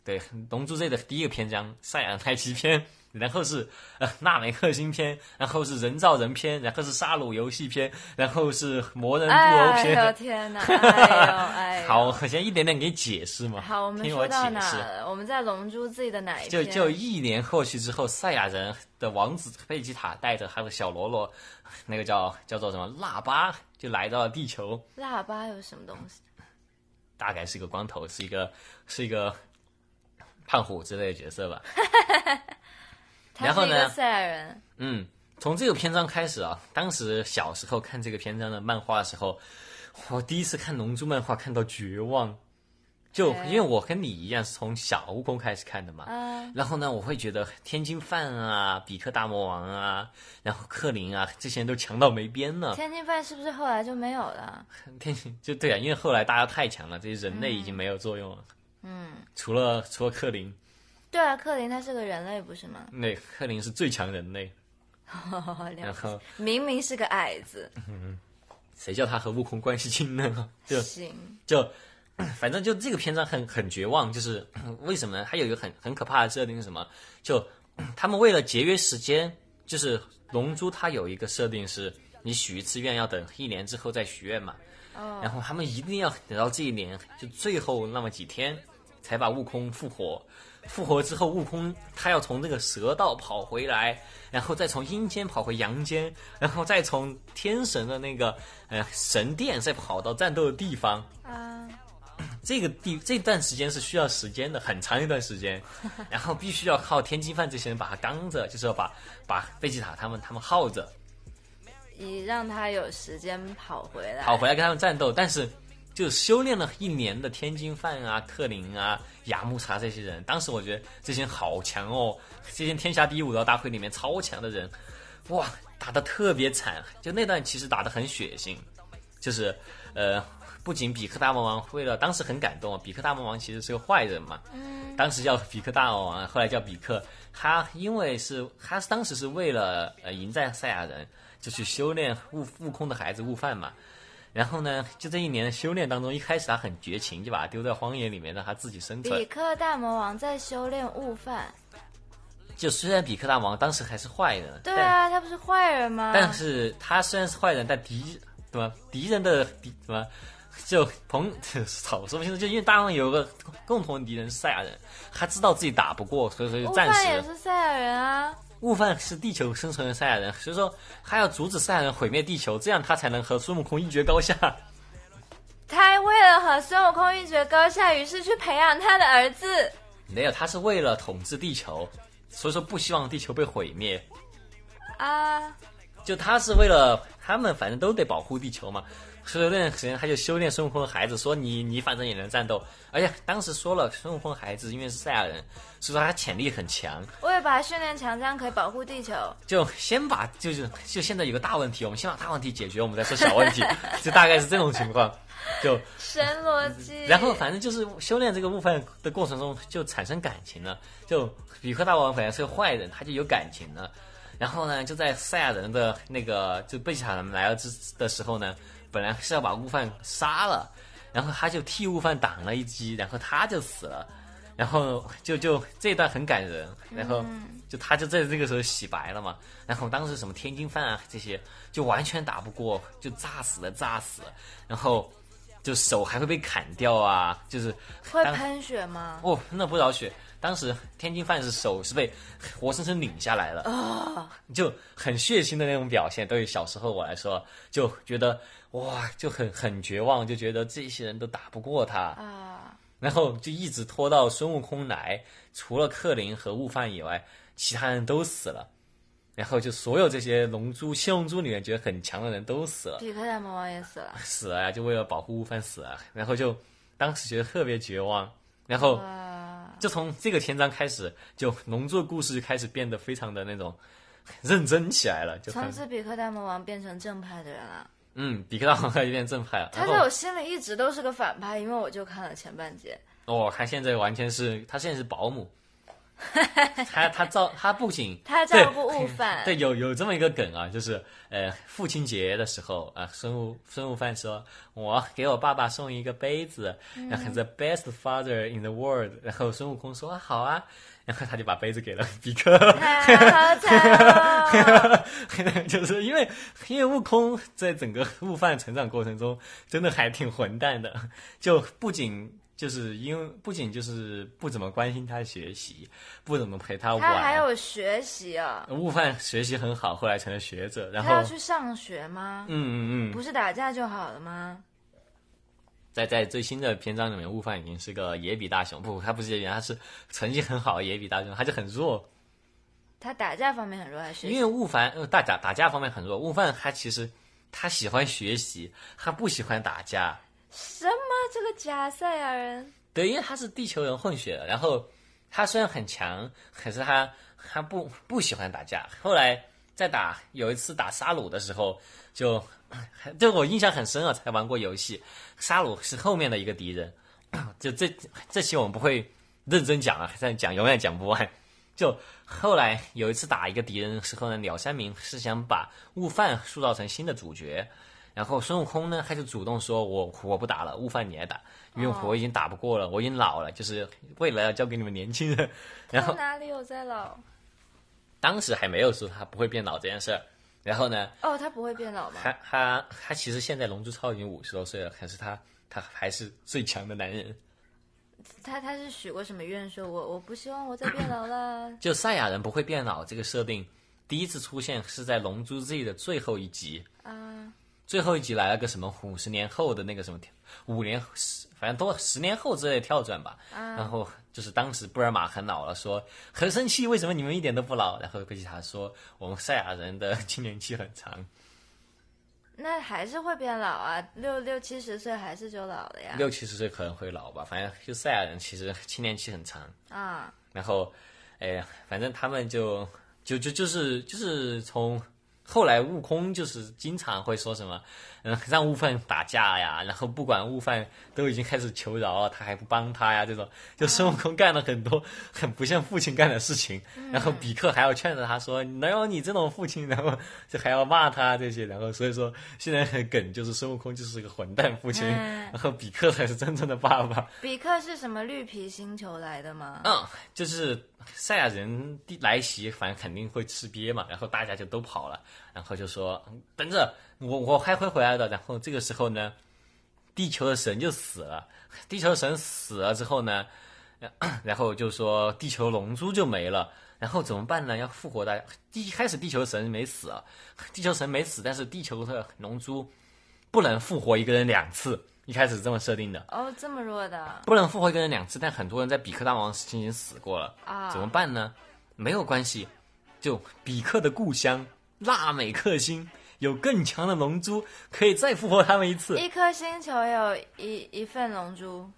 对，《龙珠 Z》的第一个篇章赛亚太奇篇，然后是呃纳美克星篇，然后是人造人篇，然后是杀戮游戏篇，然后是魔人布欧
哎
篇。
呦天哪！哎呦哎呦，
好，我先一点点给你解释嘛。
好，我们
听我
说
解
到哪
释。
了？我们在《龙珠 Z》的哪一
就
篇？
就一年过去之后，赛亚人的王子贝吉塔带着他的小喽啰，那个叫叫做什么腊八，就来到了地球。
腊八有什么东西？
大概是一个光头，是一个是一个胖虎之类的角色吧。
他
然后
是一个
呢
赛亚人，
嗯，从这个篇章开始啊，当时小时候看这个篇章的漫画的时候，我第一次看《龙珠》漫画看到绝望，就
哎
因为我跟你一样是从小悟空开始看的嘛。
嗯
然后呢，我会觉得天津饭啊、比克大魔王啊，然后克林啊，这些人都强到没边了。
天津饭是不是后来就没有了？
天津就对啊，因为后来大家太强了，这些人类已经没有作用了。嗯，除了除了克林，
对啊，克林他是个人类不 是吗？
那克林是最强人类，然
了
后
解明明是个矮子，
谁叫他和悟空关系近呢？ 就
行，
就反正就这个篇章很很绝望，就是为什么呢？还有一个很很可怕的设定是什么？就他们为了节约时间，就是《龙珠》它有一个设定是，你许一次愿要等一年之后再许愿嘛。然后他们一定要等到这一年，就最后那么几天，才把悟空复活。复活之后，悟空他要从那个蛇道跑回来，然后再从阴间跑回阳间，然后再从天神的那个呃神殿再跑到战斗的地方。
啊，
这个地这段时间是需要时间的，很长一段时间，然后必须要靠天津饭这些人把他刚着，就是要把把贝吉塔他们他们耗着，
以让他有时间跑回来。
跑回来跟他们战斗。但是就修炼了一年的天津饭啊、克林啊、雅木茶这些人，当时我觉得这些人好强哦，这些天下第一武道大会里面超强的人，哇，打得特别惨。就那段其实打得很血腥，就是呃，不仅比克大魔王为了当时很感动，比克大魔王其实是个坏人嘛，
嗯
当时叫比克大魔王，后来叫比克，他因为是他当时是为了呃迎战赛亚人，就去修炼悟悟空的孩子悟饭嘛。然后呢，就这一年的修炼当中，一开始他很绝情，就把他丢在荒野里面，让他自己生存
比。克大魔王在修炼悟饭，
就虽然比克大魔王当时还是坏人，
对啊，他不是坏人吗？
但但是他虽然是坏人，但敌什么敌人的敌什么就朋操 说不清楚，就因为大王有个共同的敌人是赛亚人，他知道自己打不过，所以说就
悟
暂
饭
时
哦也是赛亚人啊，
悟饭是地球生存的赛亚人，所以说他要阻止赛亚人毁灭地球，这样他才能和孙悟空一决高下。
他为了和孙悟空一决高下，于是去培养他的儿子。
没有，他是为了统治地球，所以说不希望地球被毁灭。
啊，
就他是为了他们，反正都得保护地球嘛。所以那段时间他就修炼孙悟空的孩子，说你你反正也能战斗。而且当时说了，孙悟空的孩子因为是赛亚人，所以说他潜力很强。
我也把他训练强，这样可以保护地球。
就先把就是就现在有个大问题，我们先把大问题解决，我们再说小问题， 就大概是这种情况。就
神逻辑。
然后反正就是修炼这个部分的过程中就产生感情了。就比克大王本来是个坏人，他就有感情了。然后呢，就在赛亚人的那个就贝吉塔他们来了之的时候呢，本来是要把悟饭杀了，然后他就替悟饭挡了一击，然后他就死了。然后就就这一段很感人，然后就他就在这个时候洗白了嘛。然后当时什么天津饭啊这些，就完全打不过，就炸死了，炸死了。然后就手还会被砍掉啊，就是
会
当
喷血吗？
哦，那不饶血。当时天津饭是手是被活生生拧下来了，就很血腥的那种表现。对于小时候我来说，就觉得哇，就很很绝望，就觉得这些人都打不过他
啊，
然后就一直拖到孙悟空来，除了克林和悟饭以外，其他人都死了。然后就所有这些龙珠、七龙珠里面觉得很强的人都死了，
匹克大魔王也死了，
死了呀，就为了保护悟饭死了。然后就当时觉得特别绝望，然后
啊，
就从这个篇章开始，就龙珠的故事就开始变得非常的那种认真起来了，就
从
很
此匹克大魔王变成正派的人了。
嗯，比克大王有点正派了。
他
然
在
后
我心里一直都是个反派，因为我就看了前半截。
哦，他现在完全是他现在是保 姆，他他照他不仅
他
对
照顾悟饭，
对，有有这么一个梗啊，就是呃，父亲节的时候啊，孙悟孙悟饭说，我给我爸爸送一个杯子，
嗯
然后 the best father in the world，然后孙悟空说啊好啊，然后他就把杯子给了比克，
好惨哦！
就是因为因为悟空在整个悟饭成长过程中真的还挺混蛋的，就不仅。就是因为不仅就是不怎么关心他学习，不怎么陪他玩，
他还有学习啊，
悟饭学习很好，后来成了学者，然
他
后
要去上学吗？
嗯嗯嗯，
不是打架就好了吗？
在在最新的篇章里面，悟饭已经是个野比大雄，不，他不是野比，他是成绩很好的野比大雄，他就很弱，
他打架方面很弱，还是
因为悟饭呃打架打架方面很弱，悟饭他其实他喜欢学习，他不喜欢打架，
什么这个假赛亚人？
对，因为他是地球人混血的，然后他虽然很强，可是他他不不喜欢打架。后来在打有一次打沙鲁的时候，就对我印象很深啊，才玩过游戏。沙鲁是后面的一个敌人，就这这期我们不会认真讲了，再讲永远讲不完。就后来有一次打一个敌人的时候呢，鸟山明是想把悟饭塑造成新的主角，然后孙悟空呢，他就主动说我我不打了，悟饭你来打，因为我已经打不过了，我已经老了，就是未来要交给你们年轻人。 然
他
后
哪里有在老？
当时还没有说他不会变老这件事儿，然后呢，
哦，他不会变老吗？
他他他其实现在龙珠超已经五十多岁了，可是他他还是最强的男人。
他他是许过什么愿说我我不希望我再变老了。
就赛亚人不会变老这个设定，第一次出现是在《龙珠 Z》的最后一集啊，最后一集来了个什么五十年后的那个什么五年十，反正多十年后之类的跳转吧。然后就是当时布尔玛很老了，说很生气，为什么你们一点都不老？然后贝吉塔说，我们赛亚人的青年期很长，
那还是会变老啊，六六七十岁还是就老了呀。
六七十岁可能会老吧，反正就赛亚人其实青年期很长。
啊，
然后，哎呀，反正他们就就就就是就是从后来悟空就是经常会说什么，嗯，让悟饭打架呀，然后不管悟饭都已经开始求饶了，他还不帮他呀，这种就孙悟空干了很多很不像父亲干的事情，然后比克还要劝着他说哪有你这种父亲，然后就还要骂他这些，然后所以说现在很梗就是孙悟空就是个混蛋父亲，
嗯
然后比克才是真正的爸爸。
比克是什么绿皮星球来的吗？
嗯，就是赛亚人地来袭，反正肯定会吃瘪嘛，然后大家就都跑了，然后就说嗯等着我，我还会回来的。然后这个时候呢，地球的神就死了，地球的神死了之后呢，呃然后就说地球龙珠就没了。然后怎么办呢？要复活大家。第一开始地球神没死啊，地球神没死，但是地球的龙珠不能复活一个人两次，一开始这么设定的。
哦，这么弱的
不能复活一个人两次，但很多人在比克大王时期已经死过了，
啊
怎么办呢？没有关系，就比克的故乡纳美克星有更强的龙珠，可以再复活他们一次。
一颗星球有一一份龙珠，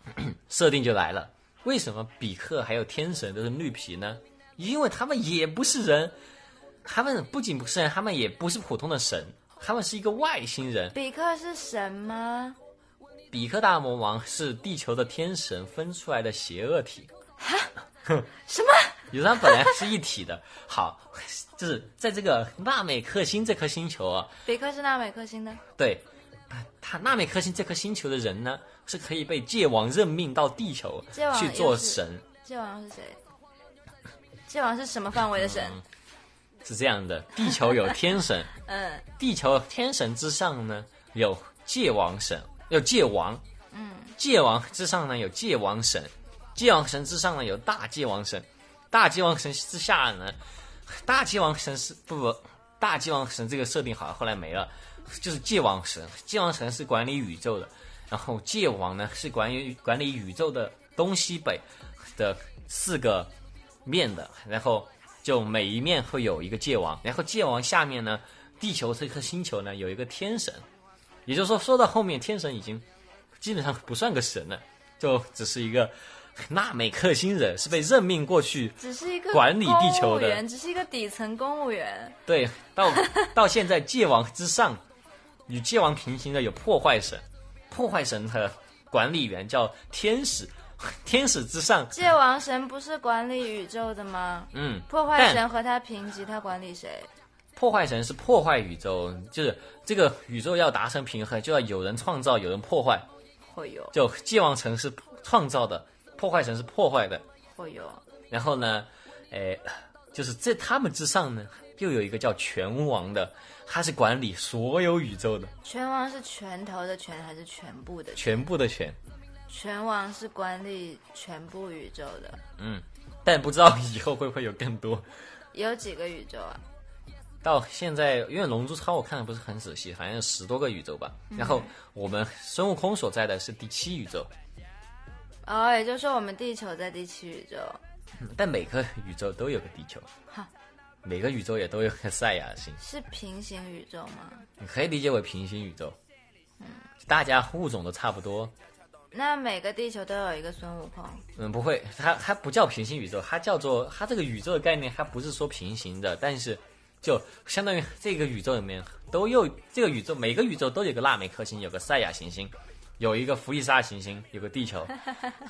设定就来了，为什么比克还有天神都是绿皮呢？因为他们也不是人，他们不仅不是人，他们也不是普通的神，他们是一个外星人。
比克是神吗？
比克大魔王是地球的天神分出来的邪恶体。
什么？
有它本来是一体的。好，就是在这个纳美克星这颗星球啊，
比克是纳美克星的，
对，它纳美克星这颗星球的人呢，是可以被界王任命到地球
界王
去
又
做
是
神，
界王是谁？界王是什么范围的神？
是这样的，地球有天神，
嗯
地球天神之上呢有界王神，有界王，
嗯
界王之上呢有界王神，界王神之上呢有大界王神，大界王神之下呢，大界王神是不不，大界王神这个设定好像后来没了，就是界王神，界王神是管理宇宙的，然后界王呢是管理管理宇宙的东西北的四个面的，然后就每一面会有一个界王，然后界王下面呢，地球这颗星球呢有一个天神，也就是说说到后面天神已经基本上不算个神了，就只是一个纳美克星人，是被任命过去
只是一个
管理地球的
公务员，只是一个底层公务员。
对，到到现在界王之上，与界王平行的有破坏神，破坏神的管理员叫天使， 天使之上，
界王神不是管理宇宙的吗？
嗯，
破坏
但
神和他平级，他管理谁？
破坏神是破坏宇宙，就是这个宇宙要达成平衡，就要有人创造，有人破坏。
会有，
就界王城是创造的，破坏神是破坏的。
会有。
然后呢，哎，就是在他们之上呢，又有一个叫拳王的，他是管理所有宇宙的，
拳王是拳头的拳还是全部的拳？
全部的全。
拳王是管理全部宇宙的，
但不知道以后会不会有更多。
有几个宇宙啊？
到现在，因为《龙珠超》我看的不是很仔细，反正有十多个宇宙吧。然后我们孙悟空所在的是第七宇宙，
哦，也就是说我们地球在第七宇宙。
但每个宇宙都有个地球
哈，
每个宇宙也都有个赛亚星，
是平行宇宙吗？
你可以理解为平行宇宙。大家物种都差不多。
那每个地球都有一个孙悟空，
嗯，不会，它它不叫平行宇宙，它叫做它这个宇宙的概念，它不是说平行的，但是就相当于这个宇宙里面都有这个宇宙，每个宇宙都有个纳美克星，有个赛亚行星，有一个弗利萨行星，有个 地球，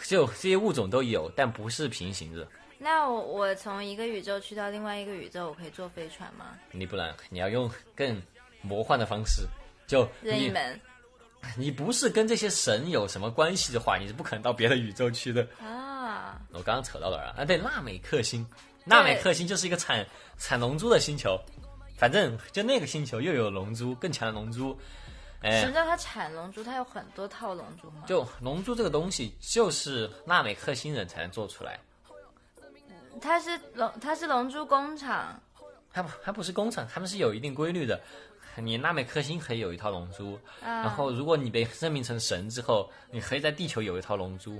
就这些物种都有，但不是平行的。
那我我从一个宇宙去到另外一个宇宙，我可以坐飞船吗？
你不然你要用更魔幻的方式，就
任意
你
门
你不是跟这些神有什么关系的话，你是不可能到别的宇宙去的。
啊，
我刚刚扯到哪儿啊？啊，对，纳美克星，纳美
对
克星就是一个产产龙珠的星球，反正就那个星球又有龙珠，更强的龙珠，
什
哎
么，叫它产龙珠？它有很多套龙珠吗？
就龙珠这个东西就是纳美克星人才能做出来，
它是龙，它是龙珠工厂，
它不它不是工厂，他们是有一定规律的。你纳美克星可以有一套龙珠，
啊
然后如果你被任命成神之后，你可以在地球有一套龙珠，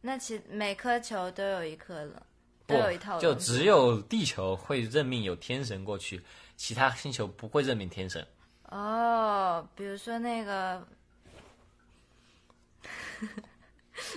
那其每颗球都有一颗了，
不
都有一套
就
龙珠。
只有地球会任命有天神过去，其他星球不会任命天神。
哦，比如说那个，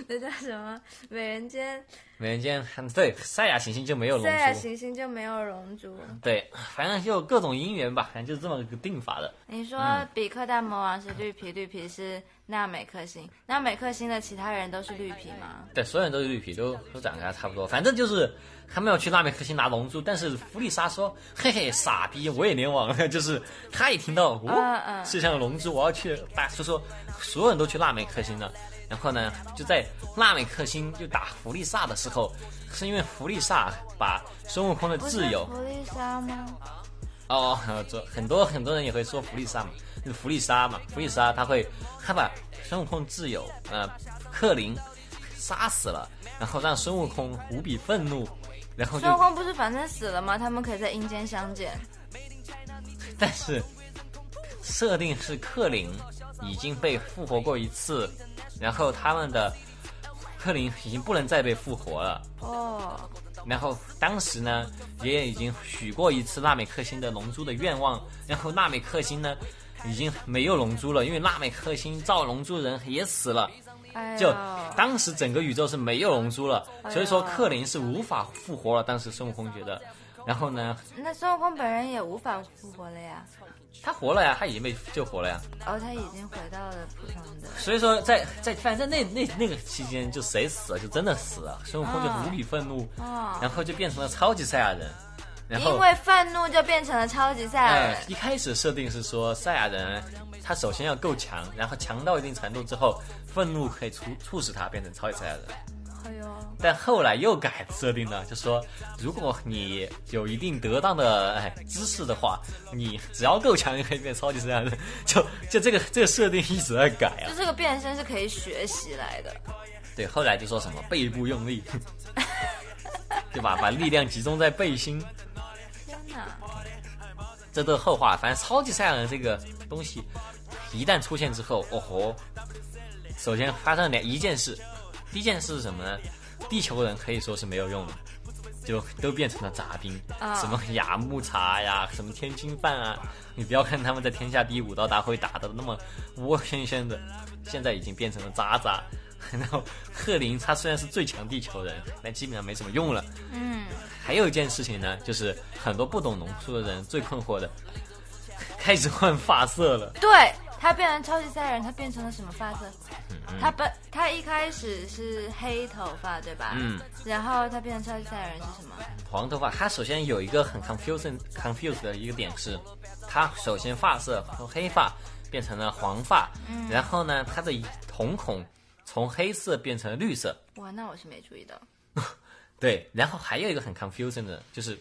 那叫什么？美人尖
美人尖，对赛亚行星就没有龙珠，
赛亚行星就没有龙珠。
对，反正就各种因缘吧，反正就是这么个定法的。
你
嗯
说比克大魔王是绿皮，绿皮是纳美克星，纳美克星的其他人都是绿皮吗？
对，所有人都是绿皮，都都长得跟他差不多。反正就是他们要去纳美克星拿龙珠，但是弗利莎说：“嘿嘿，傻逼，我也联网了。” 就是他也听到，
嗯
哦，
嗯
世上有龙珠，我要去打。就说所有人都去纳美克星了。然后呢，就在纳美克星就打弗利萨的时候，是因为弗利萨把孙悟空的
不
挚
是
友
弗利莎吗？
哦，这很多很多人也会说弗利萨嘛，就是弗利莎嘛，弗利莎他会他把孙悟空挚友呃克林杀死了，然后让孙悟空无比愤怒，然后就
孙悟空不是反正死了吗？他们可以在阴间相见。
但是设定是克林已经被复活过一次，然后他们的克林已经不能再被复活了，
哦，
然后当时呢，爷爷已经许过一次纳美克星的龙珠的愿望，然后纳美克星呢已经没有龙珠了，因为纳美克星造龙珠人也死了，
哎呦哎
就当时整个宇宙是没有龙珠了，所以说克林是无法复活了。当时孙悟空觉得，然后呢，
那孙悟空本人也无法复活了呀。
他活了呀，他已经被救活了呀。
哦，他已经回到了普通的。
所以说在，在反正那那那个期间，就谁死了就真的死了，孙悟空就
啊
无比愤怒，
哦，
然后就变成了超级赛亚人。然后
因为愤怒就变成了超级赛亚
哎
人，。
一开始设定是说赛亚人，他首先要够强，然后强到一定程度之后，愤怒可以促促使他变成超级赛亚人。
哎呦，
但后来又改设定了，就说如果你有一定得当的哎知识的话，你只要够强就可以变超级神人。就就这个这个设定一直在改啊
就。这个变身是可以学习来的。
对，后来就说什么背部用力， 就把把力量集中在背心，
天哪，
这都是后话。反正超级赛亚人这个东西一旦出现之后，哦吼，首先发生了两一件事，第一件事是什么呢？地球人可以说是没有用的，就都变成了杂兵，
啊
什么雅木茶呀，什么天津饭啊，你不要看他们在天下第一武道大会打的那么窝喧喧的，现在已经变成了渣渣。 然后赫林他虽然是最强地球人，但基本上没什么用了。
嗯，
还有一件事情呢，就是很多不懂农术的人最困惑的， 开始换发色了。
对他变成超级赛亚人，他变成了什么发色？
嗯
他本他一开始是黑头发对吧？
嗯，
然后他变成超级赛亚人是什么？
黄头发，它首先有一个很 confusing confused 的一个点是，它首先发色从黑发变成了黄发，然后呢，它的瞳孔从黑色变成了绿色，
哇，那我是没注意到。
对，然后还有一个很 confusing 的，就是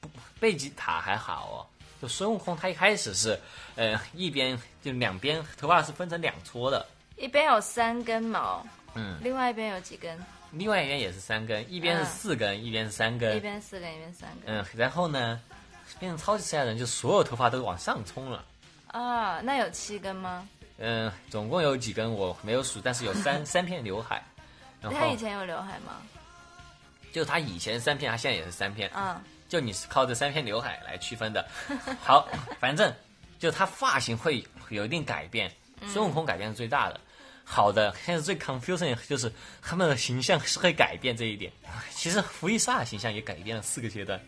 不贝吉塔还好哦，就孙悟空他一开始是，呃，一边就两边头发是分成两撮的，
一边有三根毛，
嗯，
另外一边有几根？
另外一边也是三根，一边是
嗯
四根，一边是三
一
根，
边四根，一边三根。
嗯，然后呢，变成超级赛亚人就所有头发都往上冲了。
啊、那有七根吗？
嗯，总共有几根我没有数，但是有 三三片刘海，然
他
后
以前有刘海吗？
就他以前三片，他现在也是三片，
啊、
就你是靠这三片刘海来区分的。 好，反正就他发型会有一定改变，
嗯
孙悟空改变是最大的。好的，现在最 confusing 就是他们的形象是会改变这一点。其实弗利萨的形象也改变了四个阶段，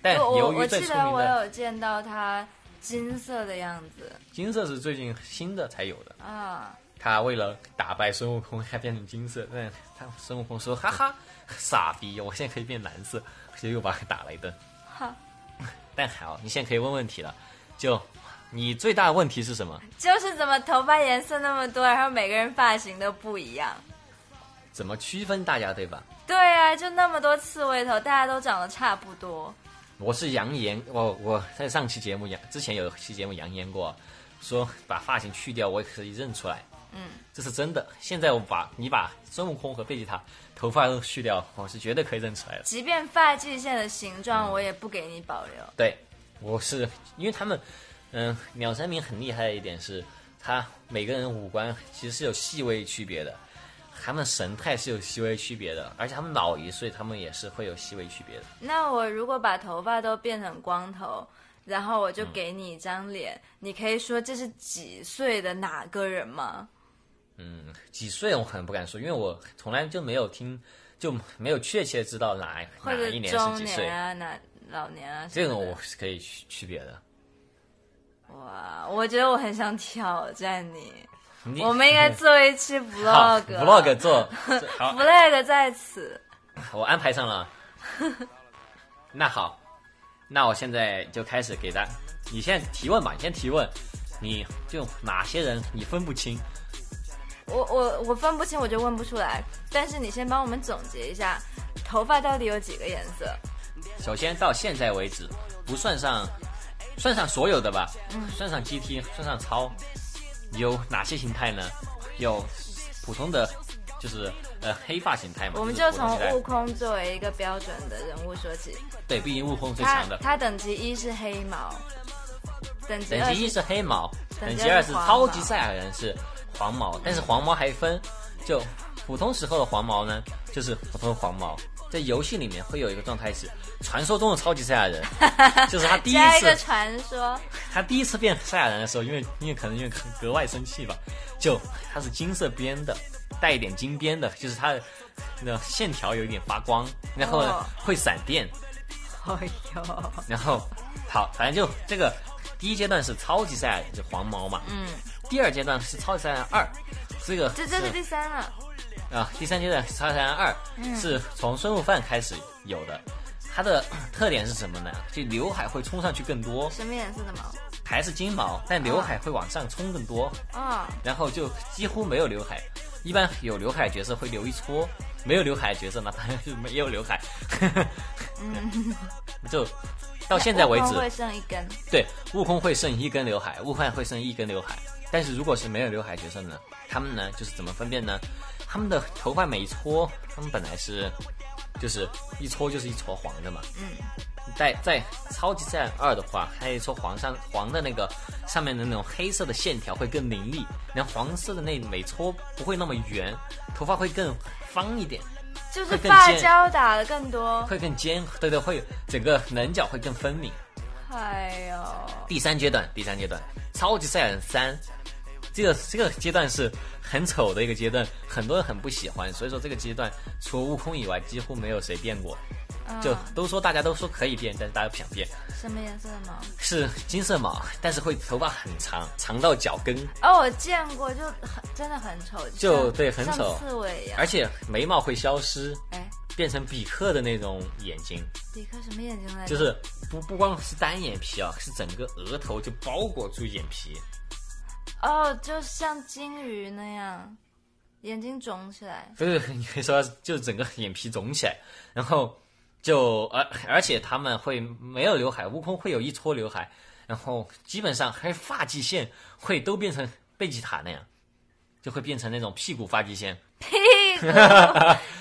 但
哦我 我
由
我
于最
记
出
得
名
我
的
有见到他金色的样子
金色是最近新的才有的。
啊、
他为了打败孙悟空，还变成金色。但他孙悟空说：“哈哈，傻逼，我现在可以变蓝色。”就又把他打了一顿。
哈，
但好，你现在可以问问题了。就你最大的问题是什么？
就是怎么头发颜色那么多，然后每个人发型都不一样。
怎么区分大家，对吧？
对啊，就那么多刺猬头，大家都长得差不多。
我是扬言，我我在上期节目扬之前有期节目扬言过，说把发型去掉，我也可以认出来。
嗯，
这是真的。现在我把你把孙悟空和贝吉塔头发都去掉，我是绝对可以认出来的。
即便发际线的形状，我也不给你保留。
对，我是因为他们，嗯，鸟山明很厉害的一点是，他每个人五官其实是有细微区别的，他们神态是有细微区别的，而且他们老一岁，他们也是会有细微区别的。
那我如果把头发都变成光头，然后我就给你一张脸，你可以说这是几岁的哪个人
嗯
吗？
几岁我可能不敢说，因为我从来就没有听，就没有确切知道哪
或
哪
者
一年是
中
几岁
年，啊，哪老年啊？
这
什
种
么的
我是可以区区别的。
哇，啊我觉得我很想挑战你。
你
我们应该做一期
好
vlog。啊
vlog 做做好，
vlog 在此。
我安排上了。 那好，那我现在就开始给大，你先提问吧，你先提问，你就哪些人你分不清？
我我我分不清，我就问不出来。但是你先帮我们总结一下，头发到底有几个颜色？
首先到现在为止，不算上，算上所有的吧，
嗯
算上 GT，算上超，有哪些形态呢？有普通的，就是呃黑发形态嘛，
我们
就
就是
普通
从
形态
悟空作为一个标准的人物说起。
对，毕竟悟空最
他
强的。
他等级一是黑毛，等级
等
二
级一
是
是黑毛，
等
等
级
级
二
二
是
是
黄
超
毛
级赛亚人是黄毛，但是黄毛还分，就普通时候的黄毛呢，就是普通黄毛。在游戏里面会有一个状态是传说中的超级赛亚人，就是他第一
加一个
次
传 说，
他第一次变赛亚人的时候，因为因为可能因为格外生气吧，就他是金色边的，带一点金边的，就是他的那线条有一点发光，然后呢、
哦
会闪电，
哎呦，
然后好，反正就这个第一阶段是超级赛亚人，就黄毛嘛，
嗯，
第二阶段是超级赛亚人二，这个
这这是第三了，
啊，第三阶段超级赛亚人二、
嗯
是从孙悟饭开始有的，它的 特点是什么呢？就刘海会冲上去更多，
什么颜色的毛？
还是金毛，但
啊
刘海会往上冲更多，
哦，
然后就几乎没有刘海，一般有刘海角色会留一撮，没有刘海的角色，哪怕是没有刘海，
嗯
就到现在为
悟
止
空，会剩一根，
对，悟空会剩一根刘海，悟饭会剩一根刘海。但是如果是没有刘海角色呢，他们呢就是怎么分辨呢？他们的头发每一撮，他们本来是就是一撮就是一撮黄的嘛。
嗯。
在在超级赛亚人二的话，还有一撮黄上黄的那个上面的那种黑色的线条会更凌厉，然后黄色的那每撮不会那么圆，头发会更方一点，
就是
会更
发
尖
胶打的更多。
会更尖，对对，会整个棱角会更分明。
哎呦，
第三阶段，第三阶段，超级赛亚人三，这个这个阶段是很丑的一个阶段，很多人很不喜欢，所以说这个阶段除了悟空以外，几乎没有谁变过，
嗯
就都说大家都说可以变，但是大家不想变，
什么颜色的毛？
是金色毛，但是会头发很长，长到脚跟，
哦，我见过，就很真的很丑，
就
像
对很
像
丑
刺猬一样
而。且眉毛会消失，
哎，
变成比克的那种眼睛，
迪克什么眼睛来着？
就是不不光是单眼皮啊，是整个额头就包裹住眼皮，
哦，就像金鱼那样，眼睛肿 起来。
不是，你可以说就整个眼皮肿起来，然后就而而且他们会没有刘海，悟空会有一撮刘海，然后基本上还有发际线会都变成贝吉塔那样，就会变成那种屁股发际线，
屁 股，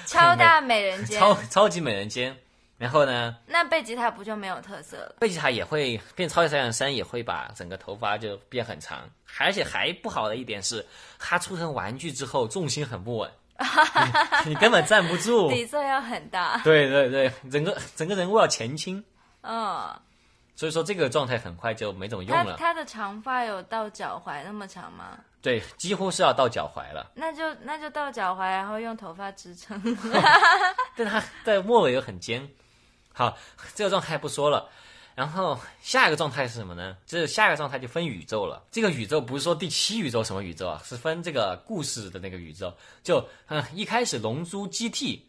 超大美人尖。
超超级美人尖。然后呢，
那贝吉塔不就没有特色了？
贝吉塔也会变超级赛亚人三，也会把整个头发就变很长，而且还不好的一点是，他出成玩具之后重心很不稳，你你 根本站不 住。
底色要很 大。
对对对，整个整个人物要前倾，
嗯，
所以说这个状态很快就没怎么用
他
了，
他的长发有到脚踝那么长吗？
对，几乎是要到脚踝了。
那就那就到脚踝，然后用头发支撑。
但他在末尾又很尖，好，这个状态不说了。然后下一个状态是什么呢？这下一个状态就分宇宙了。这个宇宙不是说第七宇宙什么宇宙啊，是分这个故事的那个宇宙。就嗯，一开始龙珠 GT，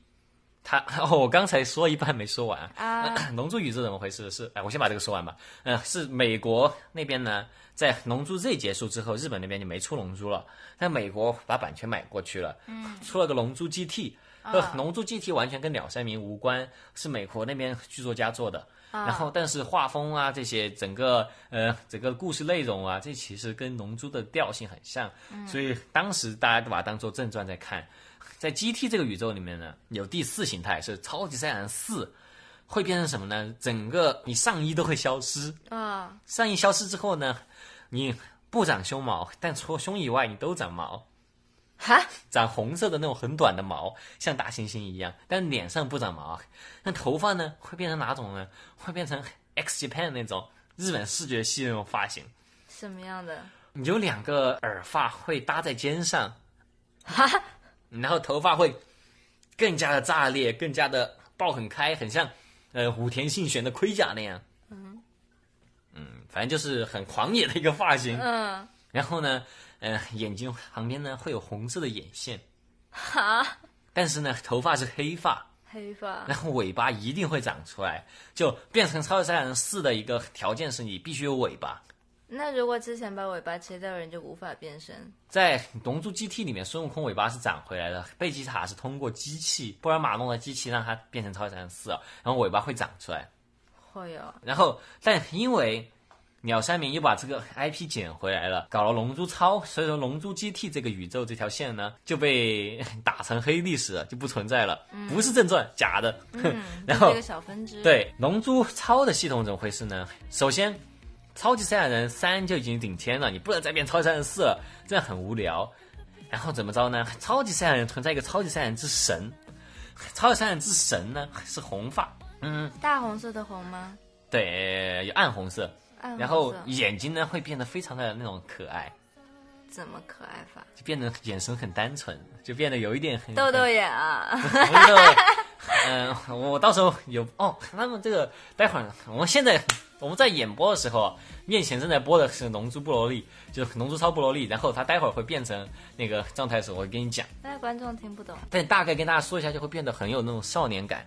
它哦，我刚才说一半没说完
啊。
龙珠宇宙怎么回事？是哎，我先把这个说完吧。嗯、是美国那边呢，在龙珠 Z 结束之后，日本那边就没出龙珠了。但美国把版权买过去了，出了个龙珠 GT。呃，龙珠 GT 完全跟鸟山明无关，是美国那边剧作家做的。然后，但是画风啊，这些整个呃整个故事内容啊，这其实跟龙珠的调性很像，所以当时大家都把它当做正传在看。在 GT 这个宇宙里面呢，有第四形态是超级赛亚人四，会变成什么呢？整个你上衣都会消失，
嗯，
上衣消失之后呢，你不长胸毛，但除了胸以外，你都长毛，
哈，
长红色的那种很短的毛，像大猩猩一样，但脸上不长毛。那头发呢，会变成哪种呢？会变成 X Japan 那种日本视觉系那种发型，
什么样的？
有两个耳发会搭在肩上，然后头发会更加的炸裂，更加的爆很开，很像呃武田信玄的盔甲那样。嗯反正就是很狂野的一个发型。
嗯，
然后呢，呃，眼睛旁边呢会有红色的眼线，
哈，
但是呢，头发是黑发，
黑发。
然后尾巴一定会长出来，就变成超级赛亚人四的一个条件是你必须有尾巴。
那如果之前把尾巴切掉，人就无法变身。
在《龙珠 GT》里面，孙悟空尾巴是长回来的，贝吉塔是通过机器布尔玛弄的机器让它变成超级赛亚人四，啊然后尾巴会长出来。
会有啊
然后，但因为鸟山明又把这个 IP 捡回来了，搞了《龙珠超》，所以说《龙珠 GT》这个宇宙这条线呢就被打成黑历史了，就不存在了，不是正传，假的。 然
嗯这
后
个小分支。，
对《龙珠超》的系统怎么回事呢？首先，《超级赛亚人三》就已经顶天了，你不能再变超级赛亚人四了，这样很无聊。然后怎么着呢？超级赛亚人存在一个超级赛亚人之神，超级赛亚人之神呢是红发，
大红色的红吗？
对，有暗红色，
暗红色
然后眼睛呢会变得非常的那种可爱，
怎么可爱法？
就变得眼神很单纯，就变得有一点很
豆豆眼啊！
不是豆豆，嗯、我到时候有哦。那么这个待会儿，我们现在我们在哦演播的时候，面前正在播的是《龙珠布罗利》，就是《龙珠超布罗利》，然后它待会儿会变成那个状态的时候，我会跟你讲。
那观众听不懂。
但大概跟大家说一下，就会变得很有那种少年感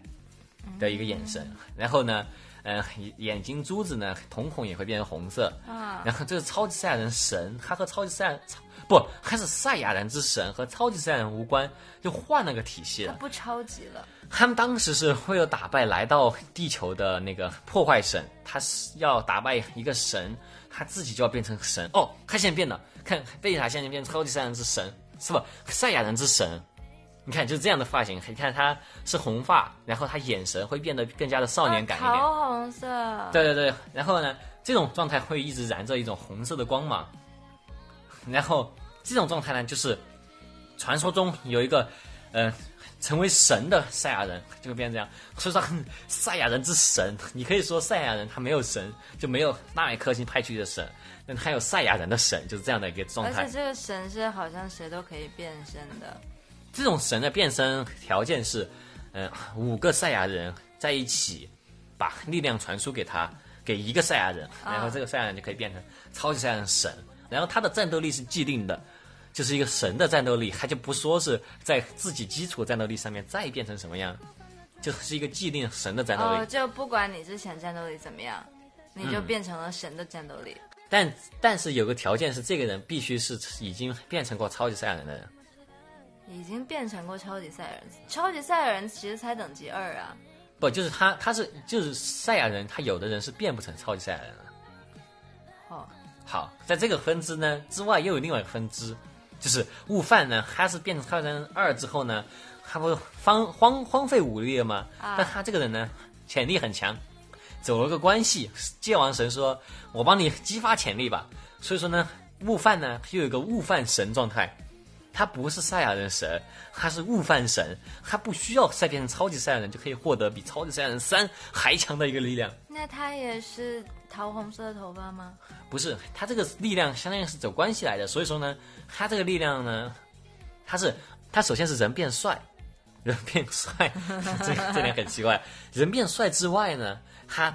的一个眼神。然后呢，嗯、 眼睛珠子呢，瞳孔也会变成红色。
啊，
然后这个超级赛亚人神，他和超级赛亚超不，他是赛亚人之神，和超级赛亚人无关，就换了个体系
他
了。
不超级了，
他们当时是为了打败来到地球的那个破坏神，他是要打败一个神，他自己就要变成神。哦，他现在变了，看贝塔现在变成超级赛亚人之神，是吧？赛亚人之神，你看就是这样的发型，你看他是红发，然后他眼神会变得更加的少年感一点。
啊桃红色，
对对对，然后呢，这种状态会一直燃着一种红色的光芒， 然后这种状态呢，就是传说中有一个，呃，成为神的赛亚人就会变成这样，所以说哼赛亚人之神， 你可以说赛亚人他没有神，就没有纳米克星派去的神，但他有赛亚人的神，就是这样的一个状
而
态
且。这个神是好像谁都可以变身的，
这种神的变身条件是，嗯、五个赛亚人在一起，把力量传输给他，给一个赛亚人，然后这个赛亚人就可以变成超级赛亚人神。然后他的战斗力是既定的，就是一个神的战斗力，他就不说是在自己基础战斗力上面再变成什么样，就是一个既定神的战斗力。嗯
哦，就不管你之前战斗力怎么样，你就变成了神的战斗力。
但但是有个条件是，这个人必须是已经变成过超级赛亚人的人。
已经变成过超级赛亚人，超级赛亚人其实才等级二啊，
不，就是他，他是就是赛亚人，他有的人是变不成超级赛亚人的。
哦，
好，在这个分支呢之外，又有另外一个分支，就是悟饭呢，他是变成超人二之后呢，他不是荒荒荒废武力了吗？
啊
但他这个人呢，潜力很强，走了个关系，界王神说：“我帮你激发潜力吧。”所以说呢，悟饭呢又有一个悟饭神状态。他不是赛亚人神，他是悟饭神，他不需要再变成超级赛亚人就可以获得比超级赛亚人三还强的一个力量。
那他也是桃红色的头发吗？
不是，他这个力量相当于是走关系来的，所以说呢，他这个力量呢，他是他首先是人变帅，人变帅，这这点很奇怪。人变帅之外呢，他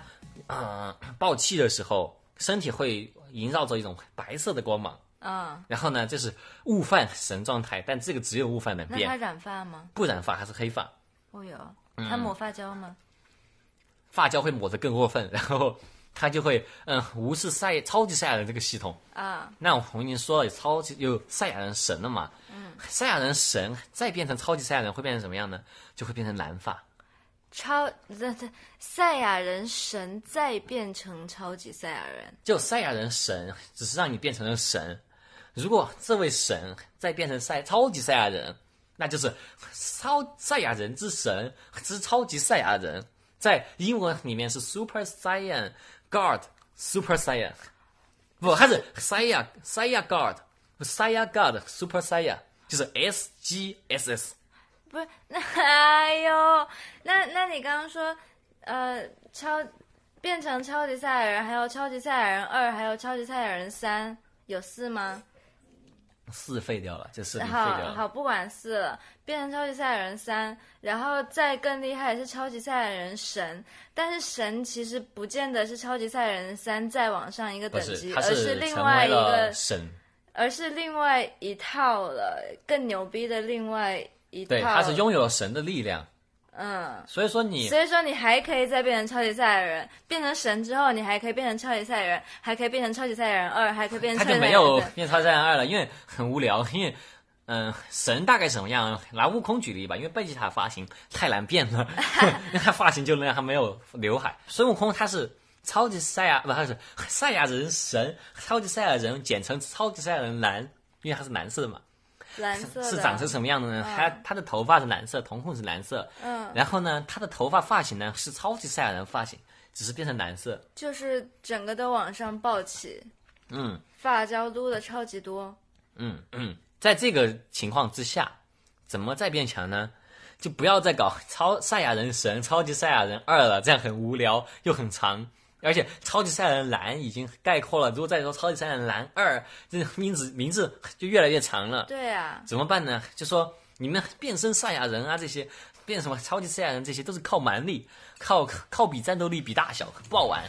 嗯、呃爆气的时候，身体会萦绕着一种白色的光芒，
嗯，
然后呢，这是悟饭神状态，但这个只有悟饭能
那他
变，
染发吗？
不染发还是黑发，
哦有，他抹发胶吗？
发胶会抹得更过分，然后他就会嗯、无视赛超级赛亚人这个系统。
啊，
那我们已经说了，超级有赛亚人神了嘛？嗯，赛亚人神再变成超级赛亚人会变成什么样呢？就会变成蓝发。
超这这赛亚人神再变成超级赛亚人，
就赛亚人神只是让你变成了神，如果这位神再变成赛超级赛亚人，那就是超赛亚人之神之超级赛亚人，在英文里面是 Super Saiyan God Super Saiyan，不，它是 Saiya Saiya God Saiya God Super Saiya，就是 S G S S。
不是？那 哎呦，那那你刚刚说，呃，超变成超级赛亚人，还有超级赛亚人二，还有超级赛亚人三，有四吗？
四废掉了，这四零废掉
好
了。
好不管四了，变成超级赛亚人三，然后再更厉害的是超级赛亚人神，但是神其实不见得是超级赛亚人三再往上一个
不
等
是，
级，
他
而是另
成
外
为
一
了
个，
神，
而是另外一套了，更牛逼的另外一套。
对，他是拥有了神的力量。
嗯，
所以说你
所以说你还可以再变成超级赛亚人，变成神之后，你还可以变成超级赛亚人，还可以变成超级赛亚人二，还可以变
他
成超
就
级赛
没
亚
有
人三。
变超战二了，因为很无聊。因为嗯、神大概什么样？拿悟空举例吧，因为贝吉塔发型太难变 了，因为他发型就那样，他没有刘海。孙悟空他是。超级赛亚不，他是 赛亚人神，超级赛亚人简称超级赛亚人蓝，因为他是蓝色的嘛。
蓝色的
是长成什么样的呢？他他的头发是蓝色，瞳孔是蓝色，
嗯，
然后呢，他的头发发型呢是超级赛亚人发型，只是变成蓝色，
就是整个都往上暴起。
嗯
发胶撸的超级多，
嗯嗯，在这个情况之下，怎么再变强呢？就不要再搞超赛亚人神、超级赛亚人二了，这样很无聊又很长。而且超级赛亚人蓝已经概括了，如果再说超级赛亚人蓝二，这名字名字就越来越长了。
对啊，
怎么办呢？就说你们变身赛亚人啊，这些变什么超级赛亚人，这些都是靠蛮力，靠靠比战斗力、比大小，不好玩。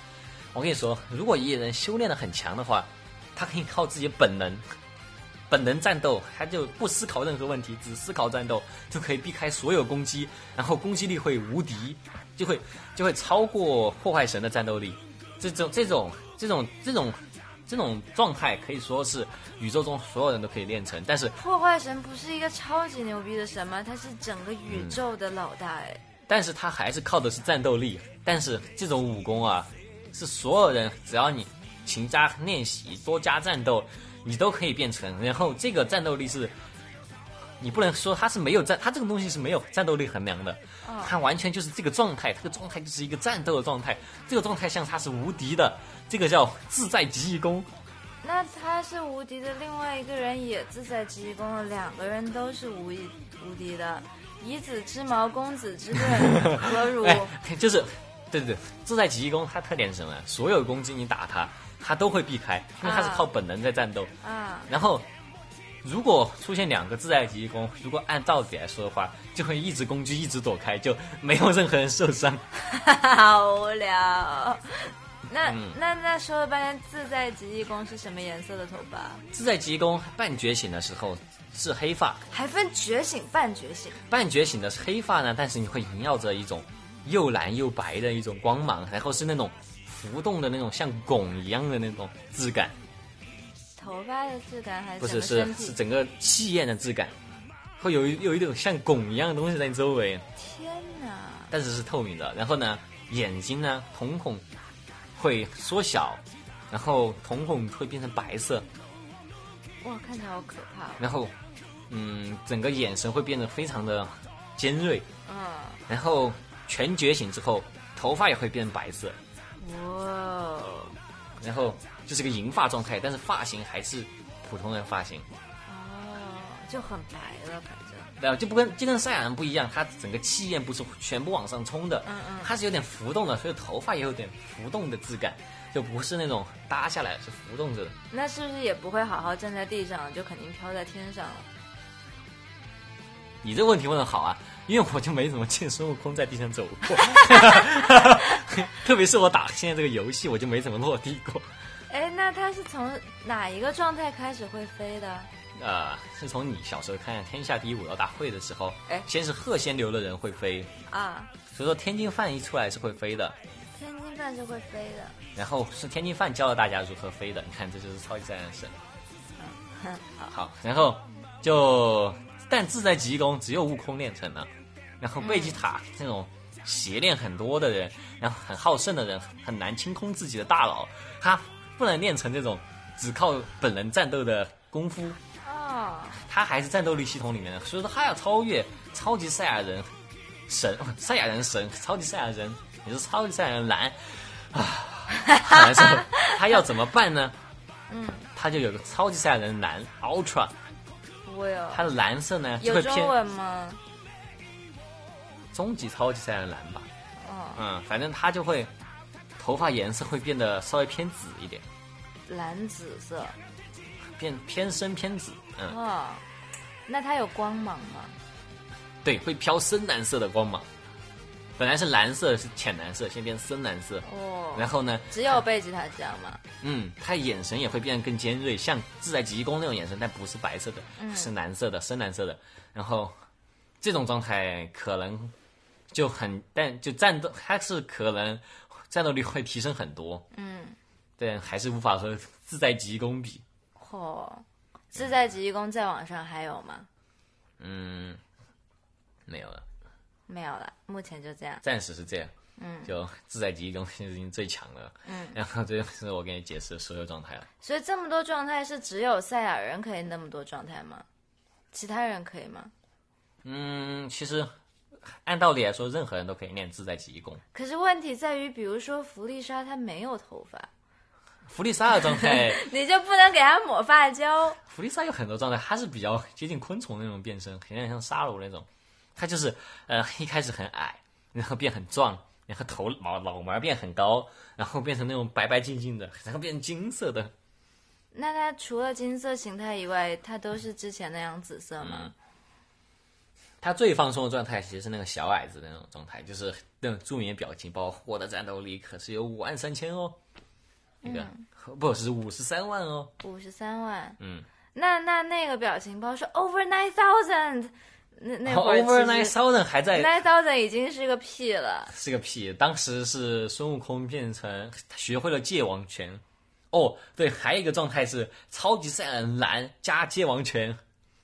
我跟你说，如果一个人修炼的很强的话，他可以靠自己的本能本能战斗，他就不思考任何问题，只思考战斗，就可以避开所有攻击，然后攻击力会无敌，就会就会超过破坏神的战斗力。这种这种这种这种这种状态可以说是宇宙中所有人都可以练成，但是
破坏神不是一个超级牛逼的神吗？他是整个宇宙的老大哎。
但是他还是靠的是战斗力。但是这种武功啊，是所有人只要你勤加练习、多加战斗，你都可以变成。然后这个战斗力是，你不能说他是没有战，他这个东西是没有战斗力衡量的，他完全就是这个状态，这个状态就是一个战斗的状态，这个状态像他是无敌的，这个叫自在极意功。
那他是无敌的，另外一个人也自在极功了，两个人都是无一无敌的。以子之矛，攻子之盾，何如？
哎，就是，对对对，自在极意功它特点是什么？所有攻击你打它，它都会避开，因为它是
啊
靠本能在战斗。
啊，
然后，如果出现两个自在极意功，如果按道理来说的话，就会一直攻击，一直躲开，就没有任何人受伤。
好无聊。那、那那说了半天，自在极意功是什么颜色的头发？
自在极意功半觉醒的时候是黑发，
还分觉醒、半觉醒。
半觉醒的是黑发呢，但是你会萦绕着一种又蓝又白的一种光芒，然后是那种浮动的那种像汞一样的那种质感。
头发的质感还
不
是
是
什
是
么身
是
体？
整个气焰的质感，会有一有一种像汞一样的东西在你周围，
天哪！
但是是透明的。然后呢，眼睛呢瞳孔会缩小，然后瞳孔会变成白色，
哇，看起来好可怕、哦。
然后嗯，整个眼神会变得非常的尖锐。
嗯，
然后全觉醒之后，头发也会变白色，
哇哦，
然后就是个银发状态，但是发型还是普通人发型。
哦，就很白了，反正。
对，就不跟就跟赛亚人不一样，他整个气焰不是全部往上冲的，
嗯嗯
它是有点浮动的，所以头发也有点浮动的质感，就不是那种搭下来是浮动着的。
那是不是也不会好好站在地上，就肯定飘在天上了？
你这问题问的好啊，因为我就没怎么见孙悟空在地上走过，特别是我打现在这个游戏，我就没怎么落地过。
哎，那它是从哪一个状态开始会飞的？
呃，是从你小时候看《天下第一武道大会》的时候，
哎
先是鹤仙流的人会飞，
啊，
所以说天津饭一出来是会飞的，
天津饭是会飞的。
然后是天津饭教了大家如何飞的，你 看这就是超级战神。
哼好，
好，然后就但自在极功只有悟空练成了，然后贝吉塔这种邪念很多的人，然后很好胜的人，很难清空自己的大脑，他不能练成这种只靠本能战斗的功夫，
哦，
他还是战斗力系统里面的，所以说他要超越超级赛亚人神， 赛亚人神，超级赛亚人，也是超级赛亚人蓝啊，很 难受。他要怎么办呢？
嗯，
他就有个超级赛亚人蓝 Ultra，
我有。
它的蓝色呢就
有
会
中
偏
文吗？
终极超级赛亚人蓝吧，
哦，
嗯，反正它就会头发颜色会变得稍微偏紫一点，
蓝紫色。
变偏深偏紫，嗯，
哦，那它有光芒吗？
对，会飘深蓝色的光芒。本来是蓝色是浅蓝色，现在变深蓝色，然
哦，
后呢，
只有贝吉塔这样吗？
嗯，他眼神也会变得更尖锐，像自在极光那种眼神，但不是白色的，是蓝色的，深蓝色的。然后这种状态可能就很，但就战斗还是可能战斗力会提升很多，
嗯，
但还是无法和自在极光比。
哦，自在极意功在网上还有吗？
嗯，没有了，
没有了，目前就这样。
暂时是这样。嗯，就自在极光现在已经最强了。嗯，然后这就是我给你解释的所有状态了。
所以这么多状态是只有赛亚人可以那么多状态吗？其他人可以吗？
嗯，其实按道理来说，任何人都可以练自在极功。
可是问题在于，比如说弗利莎她没有头发，
弗利萨的状态。
你就不能给她抹发胶。
弗利萨有很多状态，它是比较接近昆虫那种变身，有点像沙鲁那种。它就是呃一开始很矮，然后变很壮，然后头毛脑门变很高，然后变成那种白白净净的，然后变成金色的。
那她除了金色形态以外，她都是之前那样紫色吗？
它最放松的状态其实是那个小矮子的那种状态，就是那种著名的表情包，我的战斗力可是有五万三千哦，那个、不是五十三万哦，
五十三万。
嗯，
那那那个表情包是 over nine thousand，那那会儿
哦 Over Nine Thousand 还在
nine thousand 已经是个屁了。
是个屁，当时是孙悟空变成学会了界王拳。哦，对，还有一个状态是超级赛亚人蓝加界王拳，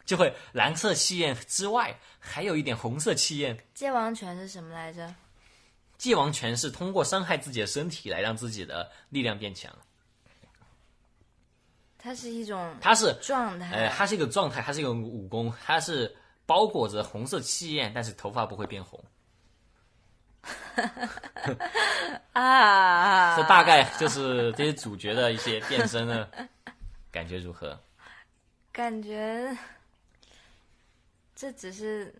就会蓝色气焰之外还有一点红色气焰。
界王拳是什么来着？
界王拳是通过伤害自己的身体来让自己的力量变强，
它是一种
它是
状
呃，
态。
它是一个状态，它是一个武功，它是包裹着红色气焰，但是头发不会变红。
啊，
这哎大概就是这些主角的一些变身的感觉如何？
感觉这只是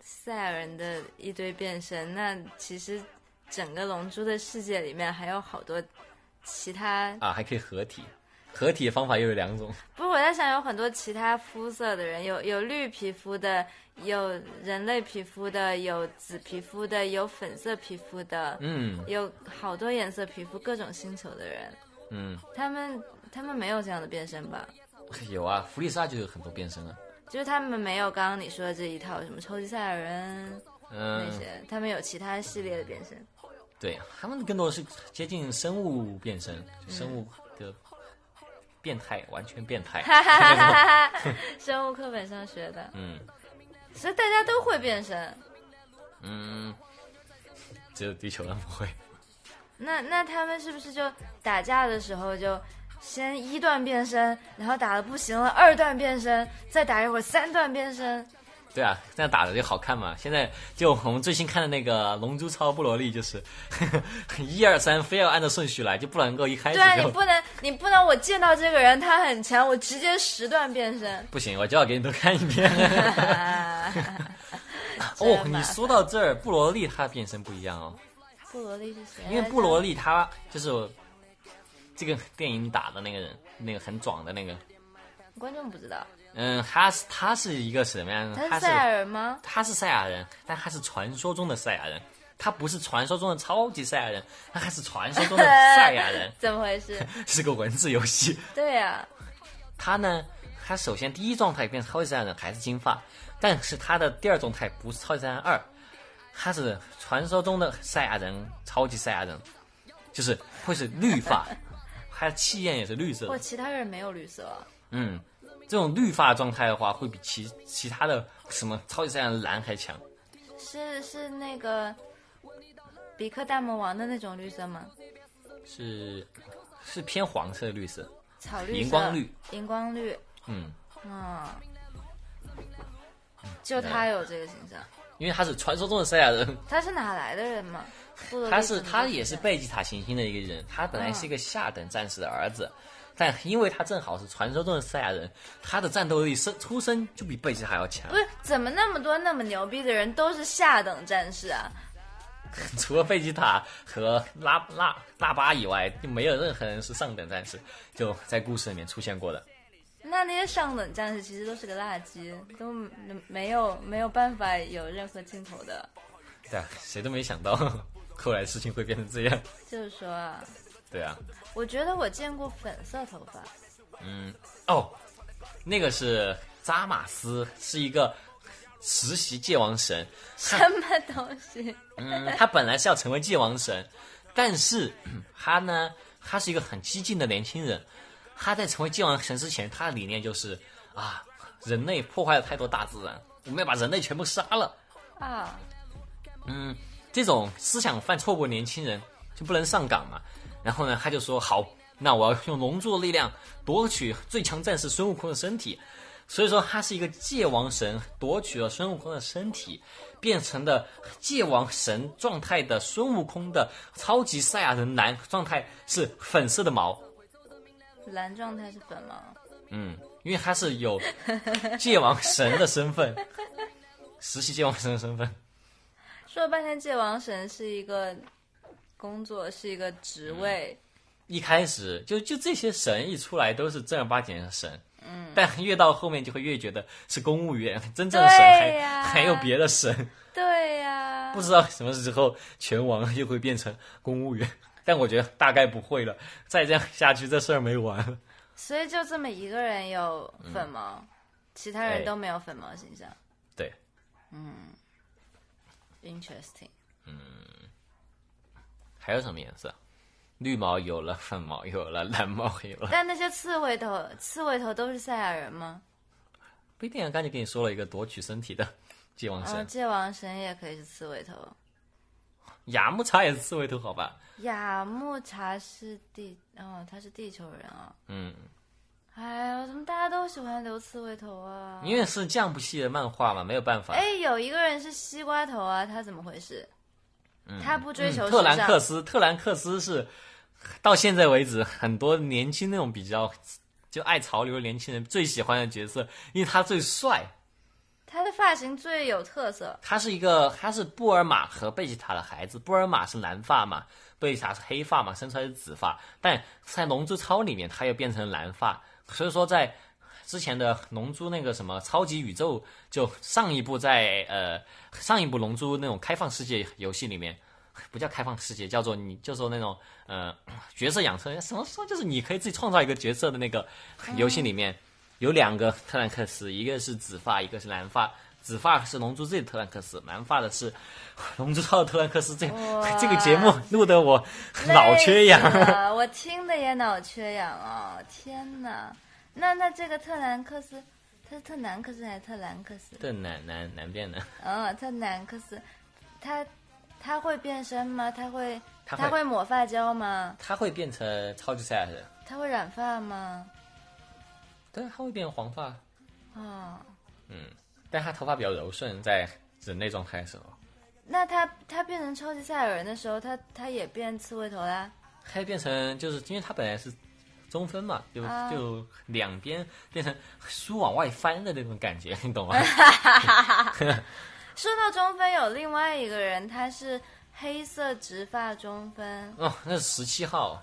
赛亚人的一堆变身，那其实整个《龙珠》的世界里面还有好多其他，
啊，还可以合体，合体的方法又有两种。
不是我在想，有很多其他肤色的人，有有绿皮肤的，有人类皮肤的，有紫皮肤的，有粉色皮肤的，
嗯
有好多颜色皮肤、各种星球的人，
嗯，
他们他们没有这样的变身吧？
有啊，弗利萨就有很多变身啊。
就是他们没有刚刚你说的这一套什么超级赛亚人。那
嗯，
些，他们有其他系列的 变身。
对，他们更多的是接近生物变身，就生物的变态，完全变态
嗯哈哈哈哈哈哈！生物课本上学的，
嗯
所以大家都会变身。
嗯，只有地球人不会。
那那他们是不是就打架的时候就先一段变身，然后打的不行了，二段变身，再打一会儿三段变身？
对啊，这样打的就好看嘛。现在就我们最新看的那个《龙珠超布罗利》，就是 一二三非要按照顺序来，就不能够一开始
对啊，
就
你不能你不能，我见到这个人他很强，我直接十段变 身。
不行，我就要给你多看一 遍。
啊、 这
哦，
样吧
你说到这儿，布罗利他的变身不一样哦，
布罗利是谁来啊着？
因为布罗利他就是这个电影打的那个人，那个很壮的那个，
观众不知道，
嗯，他是他是一个什么样的
他
人？他
是赛亚
是
人吗？，
他是赛亚人，但他是传说中的赛亚人，他不是传说中的超级赛亚人，他还是传说中的赛亚人
怎么回事？
是个文字游戏。
对啊呀、
他呢，他首先第一状态变成超级赛亚人还是金发，但是他的第二状态不是超级赛亚人二，他是传说中的赛亚人，超级赛亚人，就是会是绿发，他的气焰也是绿色
我
的。
其他人没有绿色啊。
嗯，这种绿发状态的话，会比其其他的什么超级赛亚人蓝还强。
是是那个比克大魔王的那种绿色吗？
是是偏黄色的绿色，
草绿色、
荧光绿、
荧光绿，
嗯，
嗯，就他有这个形象。
因为他是传说中的赛亚人，
他是哪来的人嘛？布罗利
他是
怎么
他
会
也是
这样
贝吉塔行星的嗯一个人，他本来是一个下等战士的儿子，但因为他正好是传说中的赛亚人，他的战斗力生出生就比贝吉塔要强
不，是怎么那么多那么牛逼的人都是下等战士啊？
除了贝吉塔和拉拉拉巴以外，就没有任何人是上等战士，就在故事里面出现过的。
那那些上等战士其实都是个垃圾，都没没有没有办法有任何镜头的。
对啊，谁都没想到后来事情会变成这样。
就是说啊，
对啊，
我觉得我见过粉色头发，
哦，那个是扎马斯，是一个实习界王神，
什么东西？
嗯，他本来是要成为界王神，但是他呢，他是一个很激进的年轻人。他在成为界王神之前，他的理念就是啊，人类破坏了太多大自然，我们要把人类全部杀了。
啊，
嗯，这种思想犯错误的年轻人就不能上岗嘛。然后呢，他就说好，那我要用龙珠的力量夺取最强战士孙悟空的身体。所以说，他是一个界王神，夺取了孙悟空的身体，变成了界王神状态的孙悟空的超级赛亚人蓝状态是粉色的毛，
蓝状态是粉毛，
嗯，因为他是有 界王神的身份，实习界王神的身份。
说了半天，界王神是一个工作，是一个职位，
一开始就就这些神一出来都是正儿八经的神，嗯， 但越到后面就会越觉得是公务员，真正的神
对
还、
呀
还有别的神，
对呀、
不知道什么时候拳王又会变成公务员，但我觉得大概不会了，再这样下去这事儿没完了。
所以就这么一个人有粉毛，其他人都没有粉毛形象。
对，
Interesting，
还有什么颜色？绿毛有了，粉毛有了，蓝毛有了，
但那些刺猬头，刺猬头都是赛亚人吗？
不一定啊。刚才给你说了一个夺取身体的界王
嗯、
神，
界王神也可以是刺猬头。
雅木茶也是刺猬头，好吧？
雅木茶是地，哦，他是地球人啊。
嗯，
哎呀，怎么大家都喜欢留刺猬头啊？
因为是降部系的漫画嘛，没有办法。
哎，有一个人是西瓜头啊，他怎么回事？他不追
嗯
求时尚。
特兰克斯，特兰克斯是到现在为止很多年轻那种比较就爱潮流的年轻人最喜欢的角色，因为他最帅。
他的发型最有特色。
他是一个，他是布尔玛和贝吉塔的孩子。布尔玛是蓝发嘛，贝吉塔是黑发嘛，生出来是紫发。但在《龙珠超》里面，他又变成蓝发。所以说，在之前的《龙珠》那个什么超级宇宙，就上一部在呃上一部《龙珠》那种开放世界游戏里面，不叫开放世界，叫做你就说那种呃角色养成，什么说就是你可以自己创造一个角色的那个游戏里面，有两个特兰克斯，一个是紫发，一个是蓝发。紫发是《龙珠 Z》的特兰克斯，蓝发的是《龙珠超》的特兰克斯。这
哇
这个节目录的我脑缺
累死
氧。
了，我听的也脑缺氧哦！天哪，那那这个特兰克斯，他是特南克斯还是特兰克斯？
对，难难难变的，
嗯，特南克斯，他他会变身吗？他会
他会
他会抹发胶吗？
他会变成超级赛亚人，
他会染发吗？
对，他会变黄发，
哦，
但他头发比较柔顺，在人类状态的时候，
那他他变成超级赛亚人的时候，他他也变刺猬头啦？
他会变成就是因为他本来是中分嘛，就、
啊
就两边变成书往外翻的那种感觉， 你懂 吗？
说到中分，有另外一个人，他是黑色直发中分，
哦，那是十七号，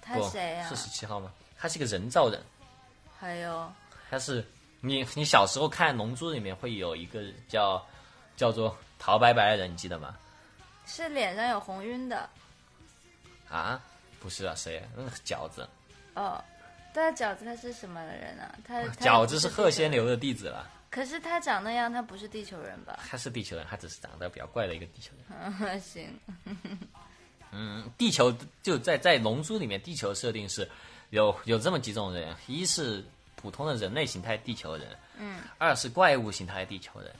他
不
谁呀、
是十七号吗？他是一个人造人，
还有。
他是你你小时候看《龙珠》里面会有一个叫叫做陶白白的人，你记得吗？
是脸上有红晕的，
啊，不是啊，谁啊？那个饺子，
哦，但饺子他是什么人啊？他他
饺子是
是
鹤仙
流，
流的弟子了。
可是他长那样，他不是地球人吧？
他是地球人，他只是长得比较怪的一个地球人。
嗯，行，
嗯，地球就在在《龙珠》里面，地球设定是有有这么几种人：一是普通的人类形态地球人，嗯，二是怪物形态地球人，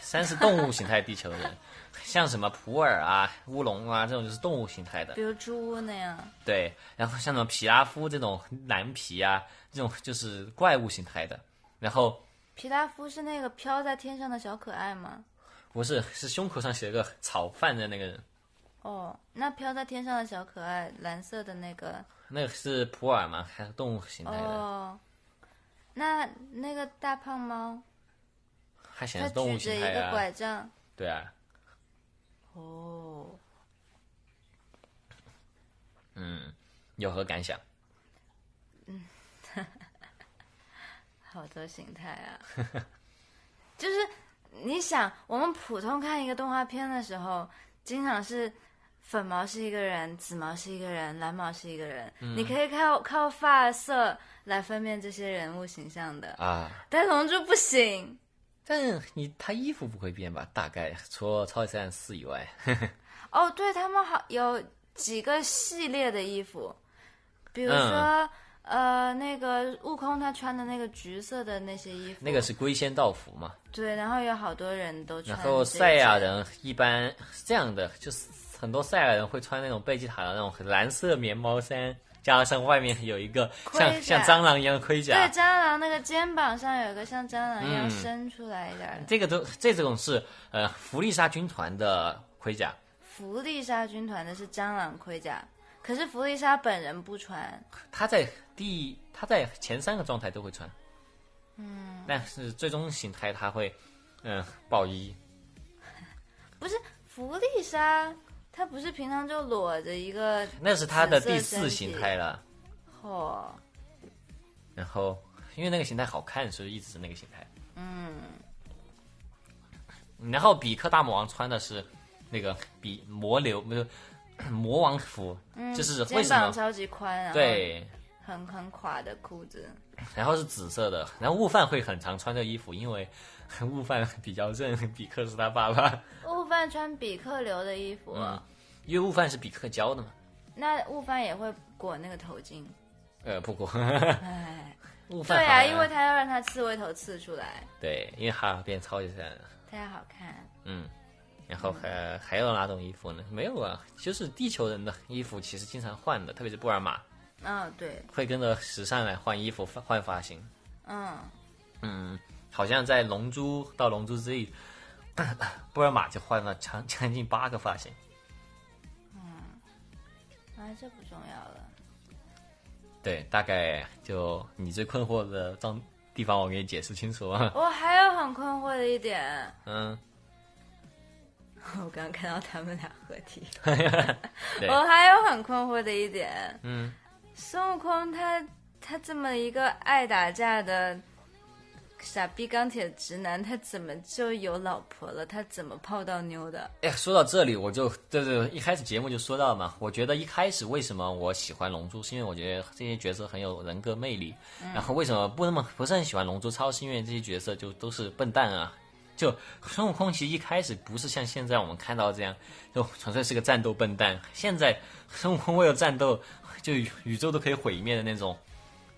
三是动物形态地球人， 像什么普洱啊、乌龙啊这种就是动物形态的
比，如猪那样，
对。然后像什么皮拉夫这种蓝皮啊，这种就是怪物形态的。然后
皮拉夫是那个飘在天上的小可爱吗？
不是是胸口上写了个炒饭的那个人，
哦，那飘在天上的小可爱，蓝色的那个，
那个是普洱吗？还是动物形态的？
哦，那那个大胖猫，
它显
它
然是动
举
物
着
形
一
态
个
啊，
拐杖，
对啊，
哦，
有何感想？
好多形 态啊！就是你想，我们普通看一个动画片的时候，经常是粉毛是一个人，紫毛是一个人，蓝毛是一个人，
嗯
你可以靠靠发色来分辨这些人物形象的。
啊，
但龙珠不行，
但你他衣服不会变吧？大概除了超级赛亚人四以外，
哦，对他们好有几个系列的衣服，比如
嗯
说。呃，那个悟空他穿的那个橘色的那些衣服，
那个是龟仙道服嘛。
对，然后有好多人都穿
然
这一件。
后赛亚人一般是这样的，就是很多赛亚人会穿那种贝吉塔的那种蓝色棉毛衫，加上外面有一个像
盔甲
像蟑螂一样的盔甲
对，，蟑螂那个肩膀上有一个像蟑螂一样
嗯
伸出来一点儿的。
这个都这种是呃弗利萨军团的盔甲。
弗利莎军团的是蟑螂盔甲，可是弗利莎本人不穿。
他在第他在前三个状态都会穿，嗯，但是最终形态他会，嗯、爆衣，
不是弗利莎，她不是平常就裸着一个
那是他的第四形态了。
哦，
然后因为那个形态好看，所以一直是那个形态。嗯。然后比克大魔王穿的是那个比 魔流，不是魔王服，就是为
嗯肩
什
膀
么？
超级宽，然后
对，
很很垮的裤子。
然后是紫色的，然后悟饭会很常穿这衣服，因为 悟饭比较认比克是他爸爸，
悟饭穿比克流的衣服，
嗯因为悟饭是比克教的嘛，
那悟饭也会裹那个头巾。
呃，不过
哎，
悟饭
对
好
啊，
像
因为他要让他刺猬头刺出来，
对，因为哈尔变超级赞了，
他要好看。
嗯，然后还还有哪种衣服呢？没有啊，就是地球人的衣服其实经常换的，特别是布尔玛
嗯、对，
会跟着时尚来换衣服、发换发型。
嗯，
嗯，好像在《龙珠》到《龙珠 Z》，布尔玛就换了将将近八个发型。
啊，这不重要了。
对，大概就你最困惑的状地方，我给你解释清楚啊。
我还有很困惑的一点，
嗯，
我刚看到他们俩合体。
对
我还有很困惑的一点，
嗯，
孙悟空他他这么一个爱打架的傻逼钢铁直男，他怎么就有老婆了？他怎么泡到妞的？
哎，说到这里，我就对对，对一开始节目就说到嘛，我觉得一开始为什么我喜欢龙珠，是因为我觉得这些角色很有人格魅力。然后为什么不那么不是很喜欢龙珠超，是因为这些角色就都是笨蛋啊。就孙悟空其实一开始不是像现在我们看到这样，就纯粹是个战斗笨蛋。现在孙悟空为了战斗，就宇宇宙都可以毁灭的那种。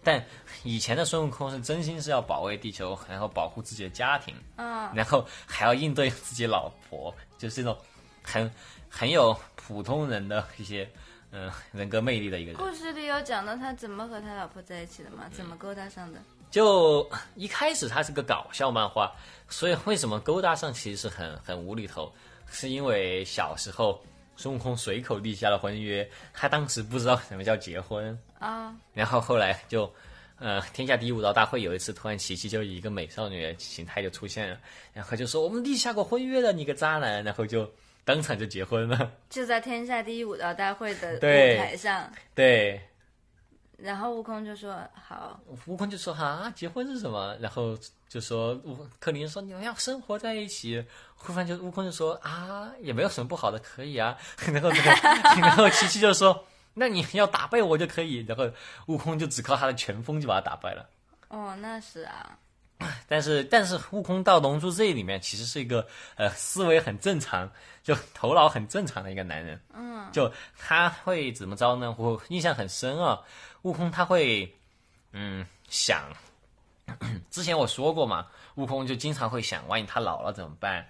但以前的孙悟空是真心是要保卫地球，然后保护自己的家庭。
嗯，
然后还要应对自己老婆，就是那种很很有普通人的一些嗯、呃人格魅力的一个人。
故事里有讲到他怎么和他老婆在一起的
嗯
吗？怎么勾搭上的？
就一开始它是个搞笑漫画，所以为什么勾搭上其实是很很无厘头，是因为小时候孙悟空随口立下了婚约，他当时不知道什么叫结婚，
啊、
然后后来就，呃，天下第一武道大会有一次，突然琪琪就以一个美少女的形态就出现了，然后就说我们立下过婚约的，你个渣男，然后就当场就结婚了。
就在天下第一武道大会的
对
舞台上，
对，
然后悟空就说：“好，
悟空就说啊，结婚是什么？然后就说悟克林说你们要生活在一起。忽然就悟空就说啊，也没有什么不好的，可以啊。 然后那个，然后琪琪就说。那你要打败我就可以，然后悟空就只靠他的拳风就把他打败了。
哦，那是啊，
但是但是悟空到《龙珠 Z》里面其实是一个呃思维很正常，就头脑很正常的一个男人。嗯，就他会怎么着呢？我印象很深啊，悟空他会嗯想， 之前我说过嘛，悟空就经常会想，万一他老了怎么办？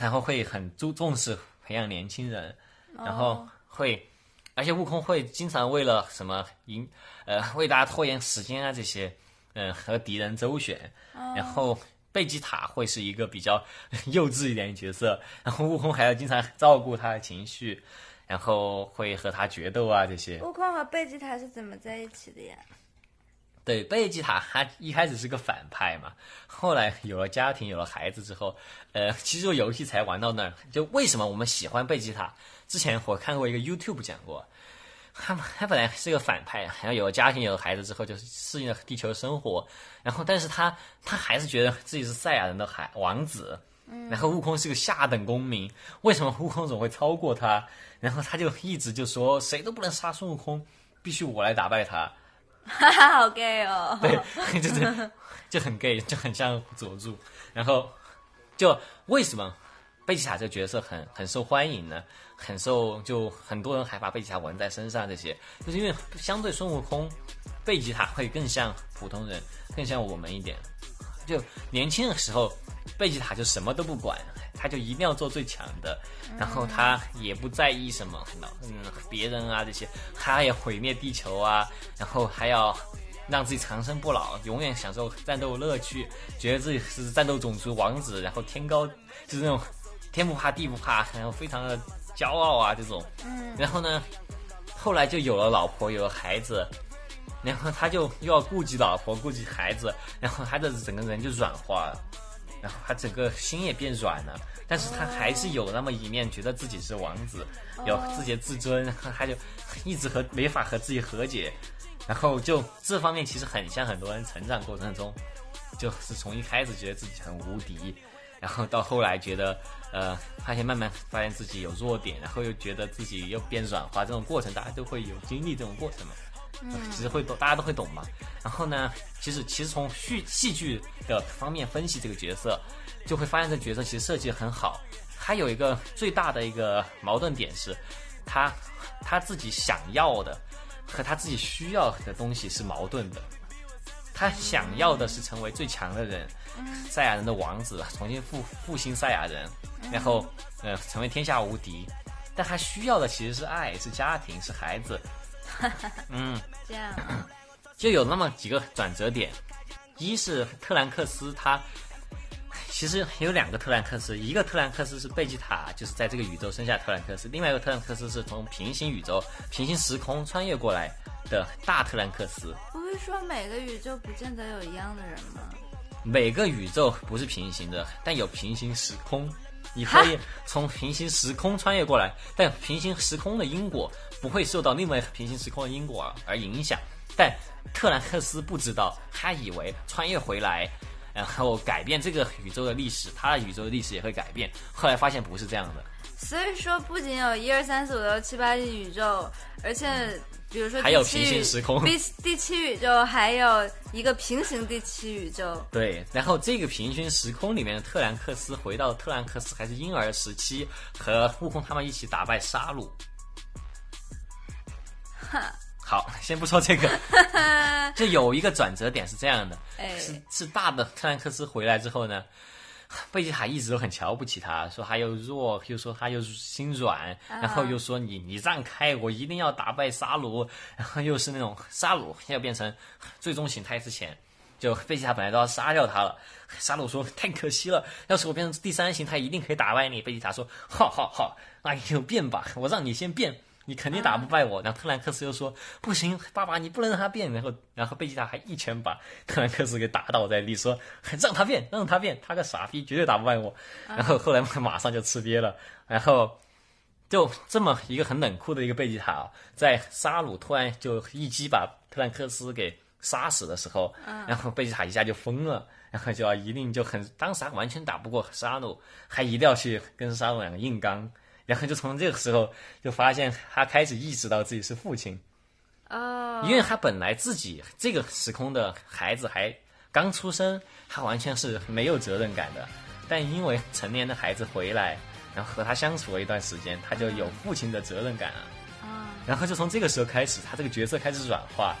然后会很注重视培养年轻人，然后会。而且悟空会经常为了什么赢，呃，为大家拖延时间啊这些，嗯、和敌人周旋，然后贝吉塔会是一个比较 幼稚一点的角色，然后悟空还要经常照顾他的情绪，然后会和他决斗啊这些。
悟空和贝吉塔是怎么在一起的呀？
对，贝吉塔他一开始是个反派嘛，后来有了家庭，有了孩子之后，呃，其实游戏才玩到那儿。就为什么我们喜欢贝吉塔？之前我看过一个 YouTube 讲过，他他本来是个反派，然后有了家庭，有了孩子之后，就是适应了地球生活，然后但是他他还是觉得自己是赛亚人的孩王子。然后悟空是个下等公民，为什么悟空总会超过他？然后他就一直就说谁都不能杀孙悟空，必须我来打败他。
哈哈， 好 gay 哦。
对， 就是就很 gay，就很像佐助。然后就为什么贝吉塔这个角色很很受欢迎呢？很受就很多人还把贝吉塔纹在身上，这些就是因为相对孙悟空，贝吉塔会更像普通人，更像我们一点。就年轻的时候，贝吉塔就什么都不管，他就一定要做最强的，然后他也不在意什么，嗯，别人啊这些，他也毁灭地球啊，然后还要让自己长生不老，永远享受战斗乐趣，觉得自己是战斗种族王子，然后天高就是那种天不怕地不怕，然后非常的骄傲啊这种。嗯，然后呢，后来就有了老婆，有了孩子，然后他就又要顾及老婆，顾及孩子， 然后他的整个人就软化了，然后他整个心也变软了。但是他还是有那么一面，觉得自己是王子，有自己的自尊， 然后他就一直和没法和自己和解，然后就这方面其实很像很多人成长过程中，就是从一开始觉得自己很无敌，然后到后来觉得呃发现慢慢发现自己有弱点，然后又觉得自己又变软化，这种过程大家都会有经历这种过程嘛。其实会懂，大家都会懂嘛。然后呢，其实其实从戏戏剧的方面分析这个角色，就会发现这角色其实设计得很好。他有一个最大的一个矛盾点是，他他自己想要的和他自己需要的东西是矛盾的。他想要的是成为最强的人，赛亚人的王子，重新复复兴赛亚人，然后呃成为天下无敌。但他需要的其实是爱，是家庭，是孩子。嗯，
这样，
就有那么几个转折点。一是特兰克斯他，其实有两个特兰克斯，一个特兰克斯是贝吉塔，就是在这个宇宙生下特兰克斯；另外一个特兰克斯是从平行宇宙、平行时空穿越过来的大特兰克斯。
不是说每个宇宙不见得有一样的人吗？
每个宇宙不是平行的，但有平行时空，你可以从平行时空穿越过来，但平行时空的因果不会受到另外一个平行时空的因果而影响。但特兰克斯不知道，他以为穿越回来，然后改变这个宇宙的历史，他的宇宙的历史也会改变。后来发现不是这样的，
所以说，不仅有一二三四五六七八宇宙，而且比如说
还有
第七
平行
宇
时空
第第七宇宙还有一个平行第七宇宙，
对，然后这个平行时空里面的特兰克斯回到特兰克斯还是婴儿时期，和悟空他们一起打败杀戮。好，先不说这个，这有一个转折点是这样的，
哎
是是大的特兰克斯回来之后呢，贝吉塔一直都很瞧不起他，说他又弱，又说他又心软，然后又说你你让开，我一定要打败沙鲁，然后又是那种沙鲁要变成最终形态之前，就贝吉塔本来都要杀掉他了，沙鲁说太可惜了，要是我变成第三形态，一定可以打败你。贝吉塔说好好好，那你就变吧，我让你先变。你肯定打不败我。然后特兰克斯又说：“不行，爸爸，你不能让他变。”然后，然后贝吉塔还一拳把特兰克斯给打倒在地，说：“让他变，让他变，他个傻逼，绝对打不败我。”然后后来马上就吃瘪了。然后就这么一个很冷酷的一个贝吉塔，在沙鲁突然就一击把特兰克斯给杀死的时候，然后贝吉塔一下就疯了。然后就要一定就很，当时还啊完全打不过沙鲁，还一定要去跟沙鲁两个硬刚，然后就从这个时候就发现他开始意识到自己是父亲，
哦，
因为他本来自己这个时空的孩子还刚出生，他完全是没有责任感的。但因为成年的孩子回来，然后和他相处了一段时间，他就有父亲的责任感了。啊然后就从这个时候开始，他这个角色开始软化，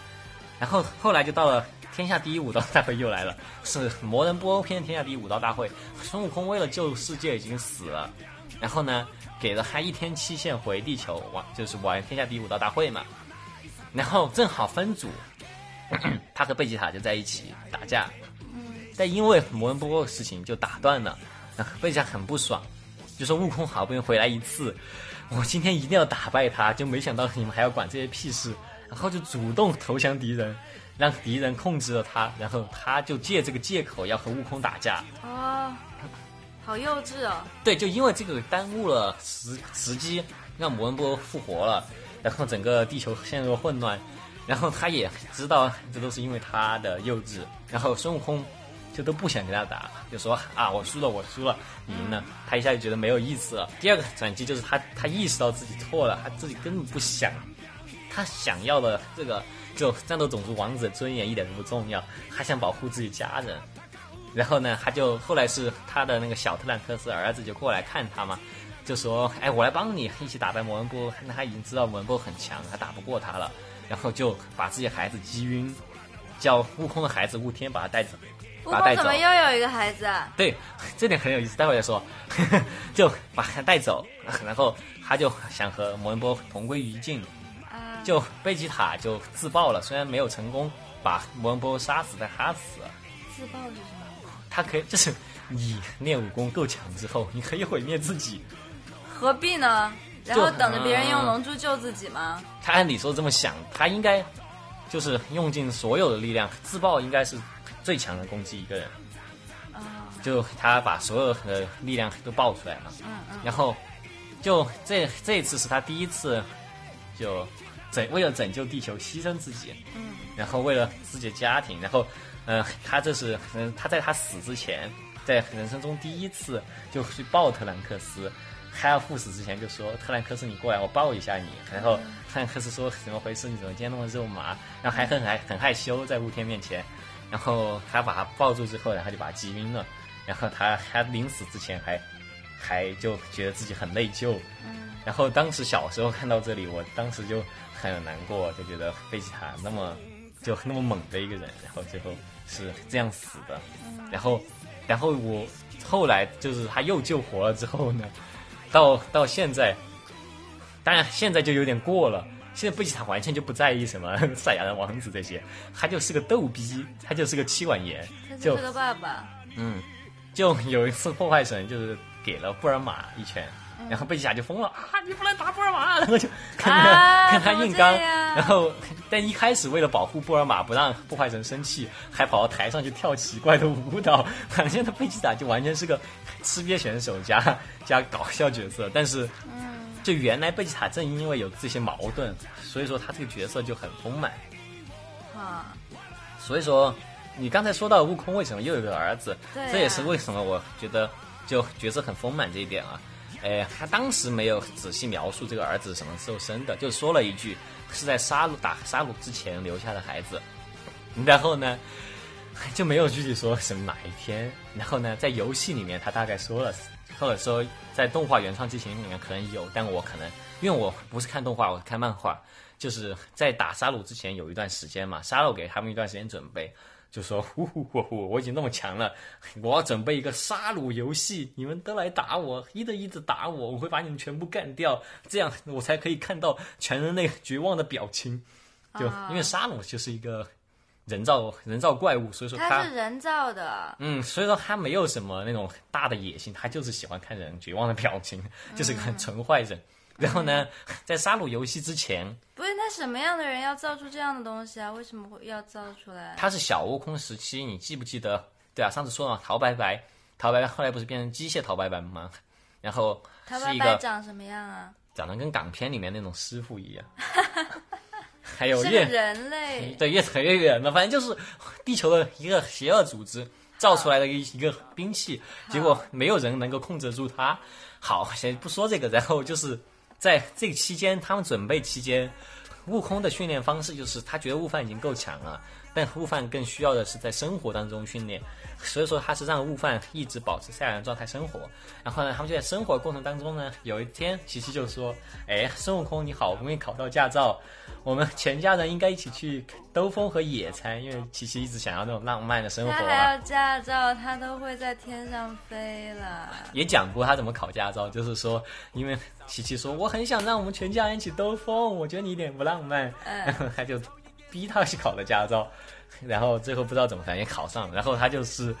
然后后来就到了天下第一武道大会又来了，是魔人布欧篇天下第一武道大会。孙悟空为了救世界已经死了，然后呢给了他一天期限回地球玩，就是玩天下第一武道大会嘛。然后正好分组，他和贝吉塔就在一起打架，但因为魔人布欧的事情就打断了，然后贝吉塔很不爽，就说悟空好不容易回来一次，我今天一定要打败他，就没想到你们还要管这些屁事，然后就主动投降敌人，让敌人控制了他，然后他就借这个借口要和悟空打架，
哦，好幼稚哦，
对，就因为这个耽误了时时机，让摩恩波复活了，然后整个地球陷入了混乱，然后他也知道这都是因为他的幼稚，然后孙悟空就都不想跟他打，就说啊我输了我输了，你赢了，他一下就觉得没有意思了。第二个转机就是他他意识到自己错了，他自己根本不想他想要的这个就战斗种族王子的尊严一点都不重要，他想保护自己家人。然后呢，他就后来是他的那个小特兰克斯儿子就过来看他嘛，就说：“哎，我来帮你一起打败摩恩波。”那他已经知道摩恩波很强，他打不过他了，然后就把自己孩子击晕，叫悟空的孩子悟天把他带走，
悟
把他带
空
走
哦怎。么又有一个孩子啊？
对，这点很有意思，待会儿再说。 就把他带走，然后他就想和摩恩波同归于尽。
啊，
就贝吉塔就自爆了，虽然没有成功把摩恩波杀死，但他死了。
自爆是什么？
他可以就是你练武功够强之后，你可以毁灭自己。
何必呢？然后
就
等着别人用
嗯
龙珠救自己吗？
他按理说这么想，他应该就是用尽所有的力量自爆，应该是最强的攻击一个人。就他把所有的力量都爆出来了，然后就这这一次是他第一次就拯为了拯救地球牺牲自己，然后为了自己的家庭，然后，呃，他这是，嗯、他在他死之前，在人生中第一次就去抱特兰克斯，他要赴死之前就说：“特兰克斯，你过来，我抱一下你。”然后特兰克斯说：“怎么回事？你怎么今天那么肉麻？”然后还很害很害羞，在露天面前，然后他把他抱住之后，然后就把他击晕了。然后他他临死之前还还就觉得自己很内疚。
嗯
然后当时小时候看到这里，我当时就很难过，就觉得贝吉塔那么就那么猛的一个人，然后最后是这样死的。
嗯
然后然后我后来就是他又救活了之后呢，到到现在，当然现在就有点过了。现在贝吉塔完全就不在意什么 赛亚人王子这些，他就是个逗逼，他就是个妻管严，
他
就
就是个爸爸，
嗯，就有一次破坏神就是给了布尔玛一拳，
嗯
然后贝吉塔就疯 了啊！你不能打布尔玛，然后就跟他、
啊
跟他硬刚，
怎么这样
然后但一开始为了保护布尔玛不让破坏神生气，还跑到台上去跳奇怪的舞蹈。反正他贝吉塔就完全是个吃瘪选手加加搞笑角色，但是
嗯
就原来贝吉塔正因为有这些矛盾，所以说他这个角色就很丰满。
啊，
所以说，你刚才说到悟空为什么又有个儿子，
对啊
这也是为什么我觉得就角色很丰满这一点啊。哎，他当时没有仔细描述这个儿子什么时候生的，就说了一句是在杀戮打杀戮之前留下的孩子。然后呢， 就没有具体说什么哪一天。然后呢，在游戏里面他大概说了，或者说在动画原创剧情里面可能有，但我可能因为我不是看动画，我看漫画，就是在打沙鲁之前有一段时间嘛，沙鲁给他们一段时间准备。 就说呼呼呼呼，我已经那么强了，我要准备一个杀戮游戏，你们都来打我，一对一的打我，我会把你们全部干掉，这样我才可以看到全人类绝望的表情。就
啊
因为沙鲁就是一个人造人造怪物，所以说
他是人造的，
嗯，所以说他没有什么那种大的野心，他就是喜欢看人绝望的表情，就是个
嗯
很纯坏人。然后呢，在杀戮游戏之前，
不是那什么样的人要造出这样的东西啊？为什么会要造出来？啊
他是小悟空时期，你记不记得？对啊，上次说了陶白白，陶白白后来不是变成机械陶白白吗？然后
他
是
白
一
白
个
长什么样啊？
长得跟港片里面那种师傅一 样，还有嗯
是个
越
人类，
对，越扯越远了。反正就是地球的一个邪恶组织造出来的一一个兵器，结果没有人能够控制住它。好，先不说这个，然后就是在这个期间，他们准备期间，悟空的训练方式就是他觉得悟饭已经够强了，但悟饭更需要的是在生活当中训练，所以说他是让悟饭一直保持赛亚人状态生活。然后呢，他们就在生活过程当中呢，有一天琪琪就说：“哎，孙悟空你好，我们也考到驾照，我们全家人应该一起去兜风和野餐，因为琪琪一直想要那种浪漫的生活、
他
啊。”
还要驾照，他都会在天上飞了。
也讲过他怎么考驾照，就是说，因为琪琪说我很想让我们全家人一起兜风，我觉得你一点不浪漫， 然后他就逼他去考了驾照，然后最后不知道怎么反正也考上了，然后他就是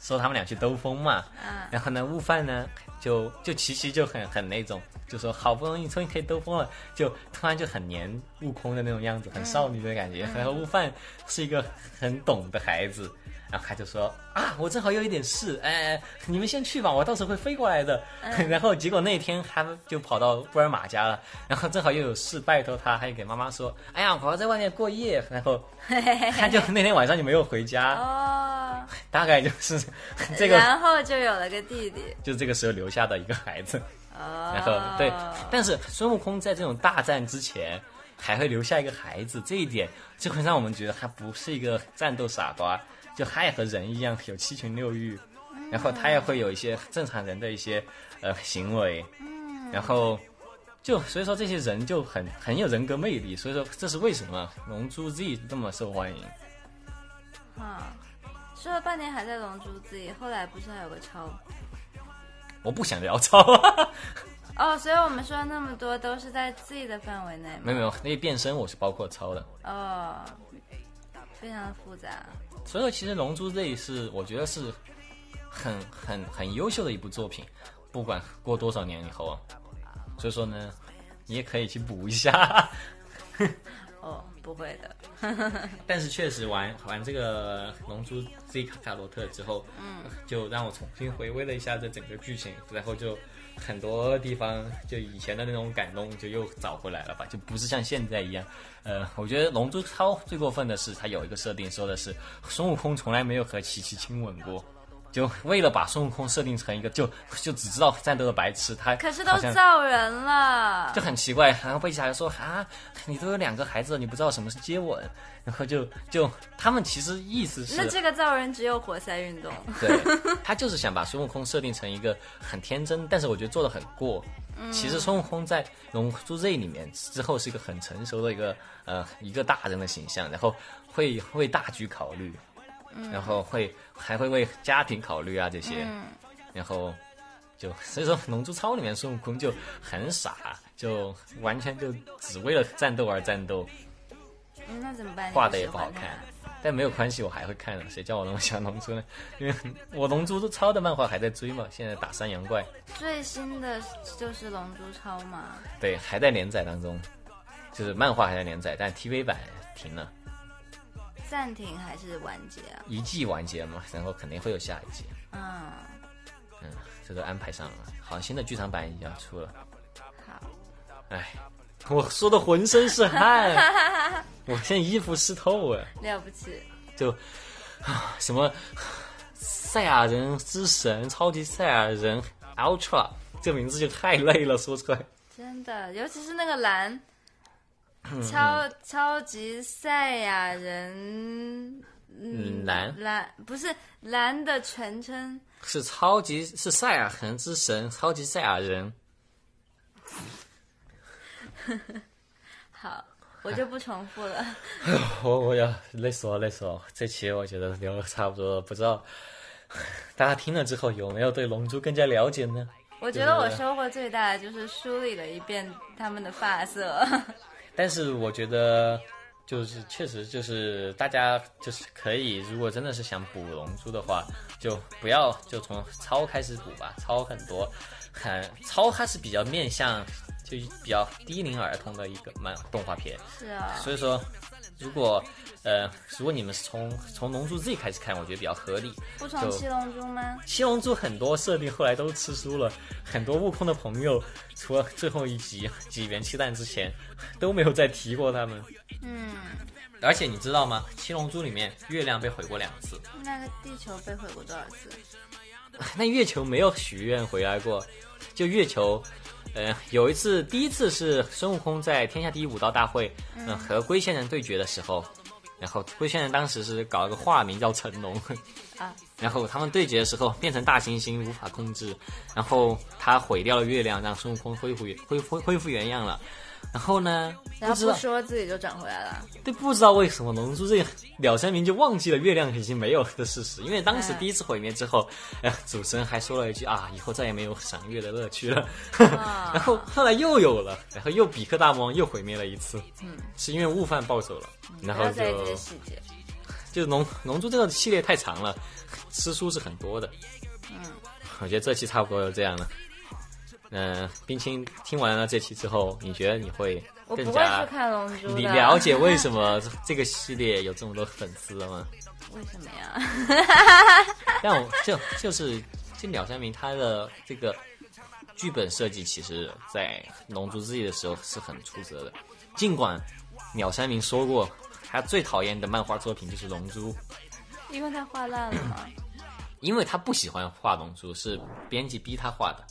说他们俩去兜风嘛，
嗯
然后呢悟饭呢就就琪琪就很很那种，就说好不容易终于可以兜风了，就突然就很黏悟空的那种样子，很少女的感
嗯
觉，然后悟饭是一个很懂的孩子。然后他就说啊，我正好有一点事，哎，你们先去吧，我到时候会飞过来的。
嗯
然后结果那天他们就跑到布尔玛家了，然后正好又有事拜托他，还给妈妈说，哎呀，我要在外面过夜。然后他就那天晚上就没有回家，
哦，
大概就是 这个，
然后就有了个弟弟。
就这个时候留下的一个孩子。
哦，
然后对，但是孙悟空在这种大战之前还会留下一个孩子，这一点就会让我们觉得他不是一个战斗傻瓜，就他也和人一样有七情六欲，然后他也会有一些正常人的一些呃行为，
嗯
然后就所以说这些人就很很有人格魅力，所以说这是为什么《龙珠 Z》这么受欢迎。
啊，说了半天还在《龙珠 Z》，后来不是还有个超？
我不想聊超，
哦，所以我们说了那么多都是在 Z 的范围内
没
嘛。
有没有，那些变身我是包括超的。
哦，非常复杂。
所以说，其实《龙珠 Z》是我觉得是很很很优秀的一部作品，不管过多少年以后啊。所以说呢，你也可以去补一下。
哦，不会的，
但是确实玩玩这个《龙珠 Z》卡卡罗特之后，嗯，就让我重新回味了一下这整个剧情，然后就很多地方就以前的那种感动就又找回来了吧，就不是像现在一样。呃，我觉得《龙珠呃超》最过分的是它有一个设定，说的是孙悟空从来没有和琪琪亲吻过。就为了把孙悟空设定成一个就就只知道战斗的白痴，他
可是都
好像
造人了
就，很奇怪。然后贝奇还说啊，你都有两个孩子了，你不知道什么是接吻，然后就就他们其实意思
那
是，
这个造人只有活 塞运动。
对他就是想把孙悟空设定成一个很天真，但是我觉得做的很过。其实孙悟空在《龙珠 Z》里面之后是一个很成熟的一个呃一个大人的形象，然后会为大局考虑，然后会还会为家庭考虑啊这些，然后就所以说《龙珠超》里面孙悟空就很傻，就完全就只为了战斗而战斗，
嗯那怎么办？你
画的也
喜
不
欢
好
他
看，但没有关系，我还会看的。谁叫我那么喜欢龙珠呢？因为我龙珠都超的漫画还在追嘛，现在打山羊怪，
最新的就是《龙珠超》嘛，
对，还在连载当中，就是漫画还在连载，但 TV 版停了，
暂停还是完结啊？
一季完结嘛，然后肯定会有下一季，
嗯，
嗯，这都安排上了。好，新的剧场版已经要出了，
好，
哎，我说的浑身是汗，我现在衣服湿透了。
了不起。
就啊什么赛亚人之神、超级赛亚人 Ultra 这名字就太累了，说出来。
真的，尤其是那个蓝，
嗯
超超级赛亚人，
嗯，难
蓝不是蓝的全称，
是超级是赛亚人之神、超级赛亚人。
好，我就不重 复了。
我我要累死我累死我！这期我觉得聊的差不多了，不知道大家听了之后有没有对《龙珠》更加了解呢？
我觉得我收获最大的就是梳理了一遍他们的 发色，
但是我觉得，就是确实就是大家就是可以，如果真的是想补龙珠的话，就不要就从超开始补吧，超很多，很超它是比较面向就比较低龄儿童的一个漫动画片，
是啊、
所以说。如果，呃，如果你们是从从《龙珠 Z》开始看，我觉得比较合理。
不重
就
七龙珠吗？
七龙珠很多设定后来都吃书了，很多悟空的朋友，除了最后一集几元气弹之前，都没有再提过他们。
嗯，
而且你知道吗？《七龙珠》里面月亮被毁过两次，
那个地球被毁过多少次？
那月球没有许愿回来过。就月球，呃，有一次，第一次是孙悟空在天下第一武道大会，嗯、和龟仙人对决的时候，然后龟仙人当时是搞了个化名叫成龙，
啊，
然后他们对决的时候变成大猩猩无法控制，然后他毁掉了月亮，让孙悟空恢复原恢恢恢复原样了。然后呢？
然
不
后
知
不
道。
说自己就长回来了。
对，不知道为什么《龙珠》这个鸟山明就忘记了月亮已经没有的事实，因为当时第一次毁灭之后，呃，主持人还说了一句啊，以后再也没有赏月的乐趣了。然后后来又有了，然后又比克大魔王又毁灭了一次，嗯，是因为悟饭暴走了，然
不
后
要在意这
就
些细节。
就龙龙珠这个系列太长了，吃书是很多的。嗯，我觉得这期差不多就这样了。嗯、冰清听完了这期之后，你觉得你会
我
更
不会
加
去看龙珠的。
你了解为什么这个系列有这么多粉丝了吗？
为什么呀？
但我 就就是就鸟山明他的这个剧本设计，其实在《龙珠 Z》的时候是很出色的。尽管鸟山明说过，他最讨厌的漫画作品就是《龙珠》，
因为它画烂了嘛，
因为他不喜欢画《龙珠》，是编辑逼他画的。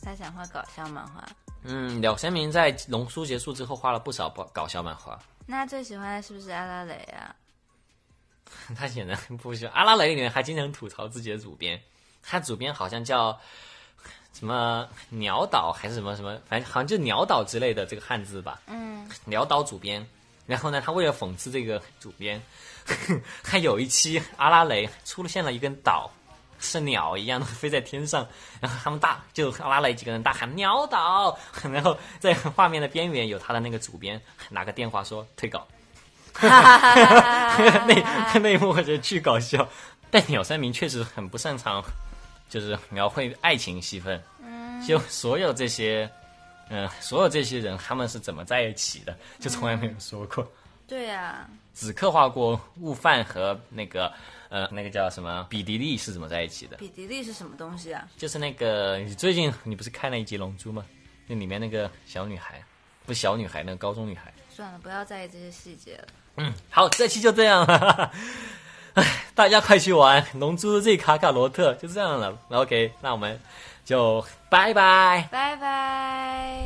他想画搞笑漫画。
嗯，鸟山明在《龙珠》结束之后画了不少搞搞笑漫画，
那最喜欢的是不是阿拉蕾啊？
他显然不喜欢。阿拉蕾里面还经常吐槽自己的主编，他主编好像叫什么鸟岛还是什么什么，反正好像就鸟岛之类的这个汉字吧。
嗯，
鸟岛主编。然后呢，他为了讽刺这个主编， 还有一期阿拉蕾出现了一根岛，是鸟一样的飞在天上，然后他们大就阿拉蕾几个人大喊鸟岛， 然后在画面的边缘有他的那个主编拿个电话说退稿。 那那一幕我觉得巨搞笑，但鸟山明确实很不擅长，就是描绘爱情戏份。嗯，就所有这些，嗯、所有这些人他们是怎么在一起的，就从来没有说过。
对呀、
只刻画过悟饭和那个呃那个叫什么比迪利是怎么在一起的，
比迪利是什么东西啊？
就是那个你最近你不是看了一集《龙珠》吗？那里面那个小女孩，不是小女孩，那个高中女孩。
算了，不要在意这些细节了。
好，这期就这样了。 大家快去玩《龙珠 Z 卡卡罗特》，就这样了。OK，那我们就拜拜。
拜拜。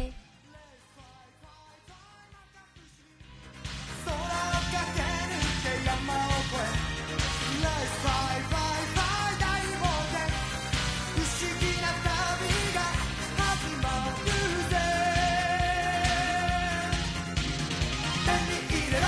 空を駆け抜け山を越え Let's fly fly fly 大冒険不思議な旅が始まるぜ手に入れろ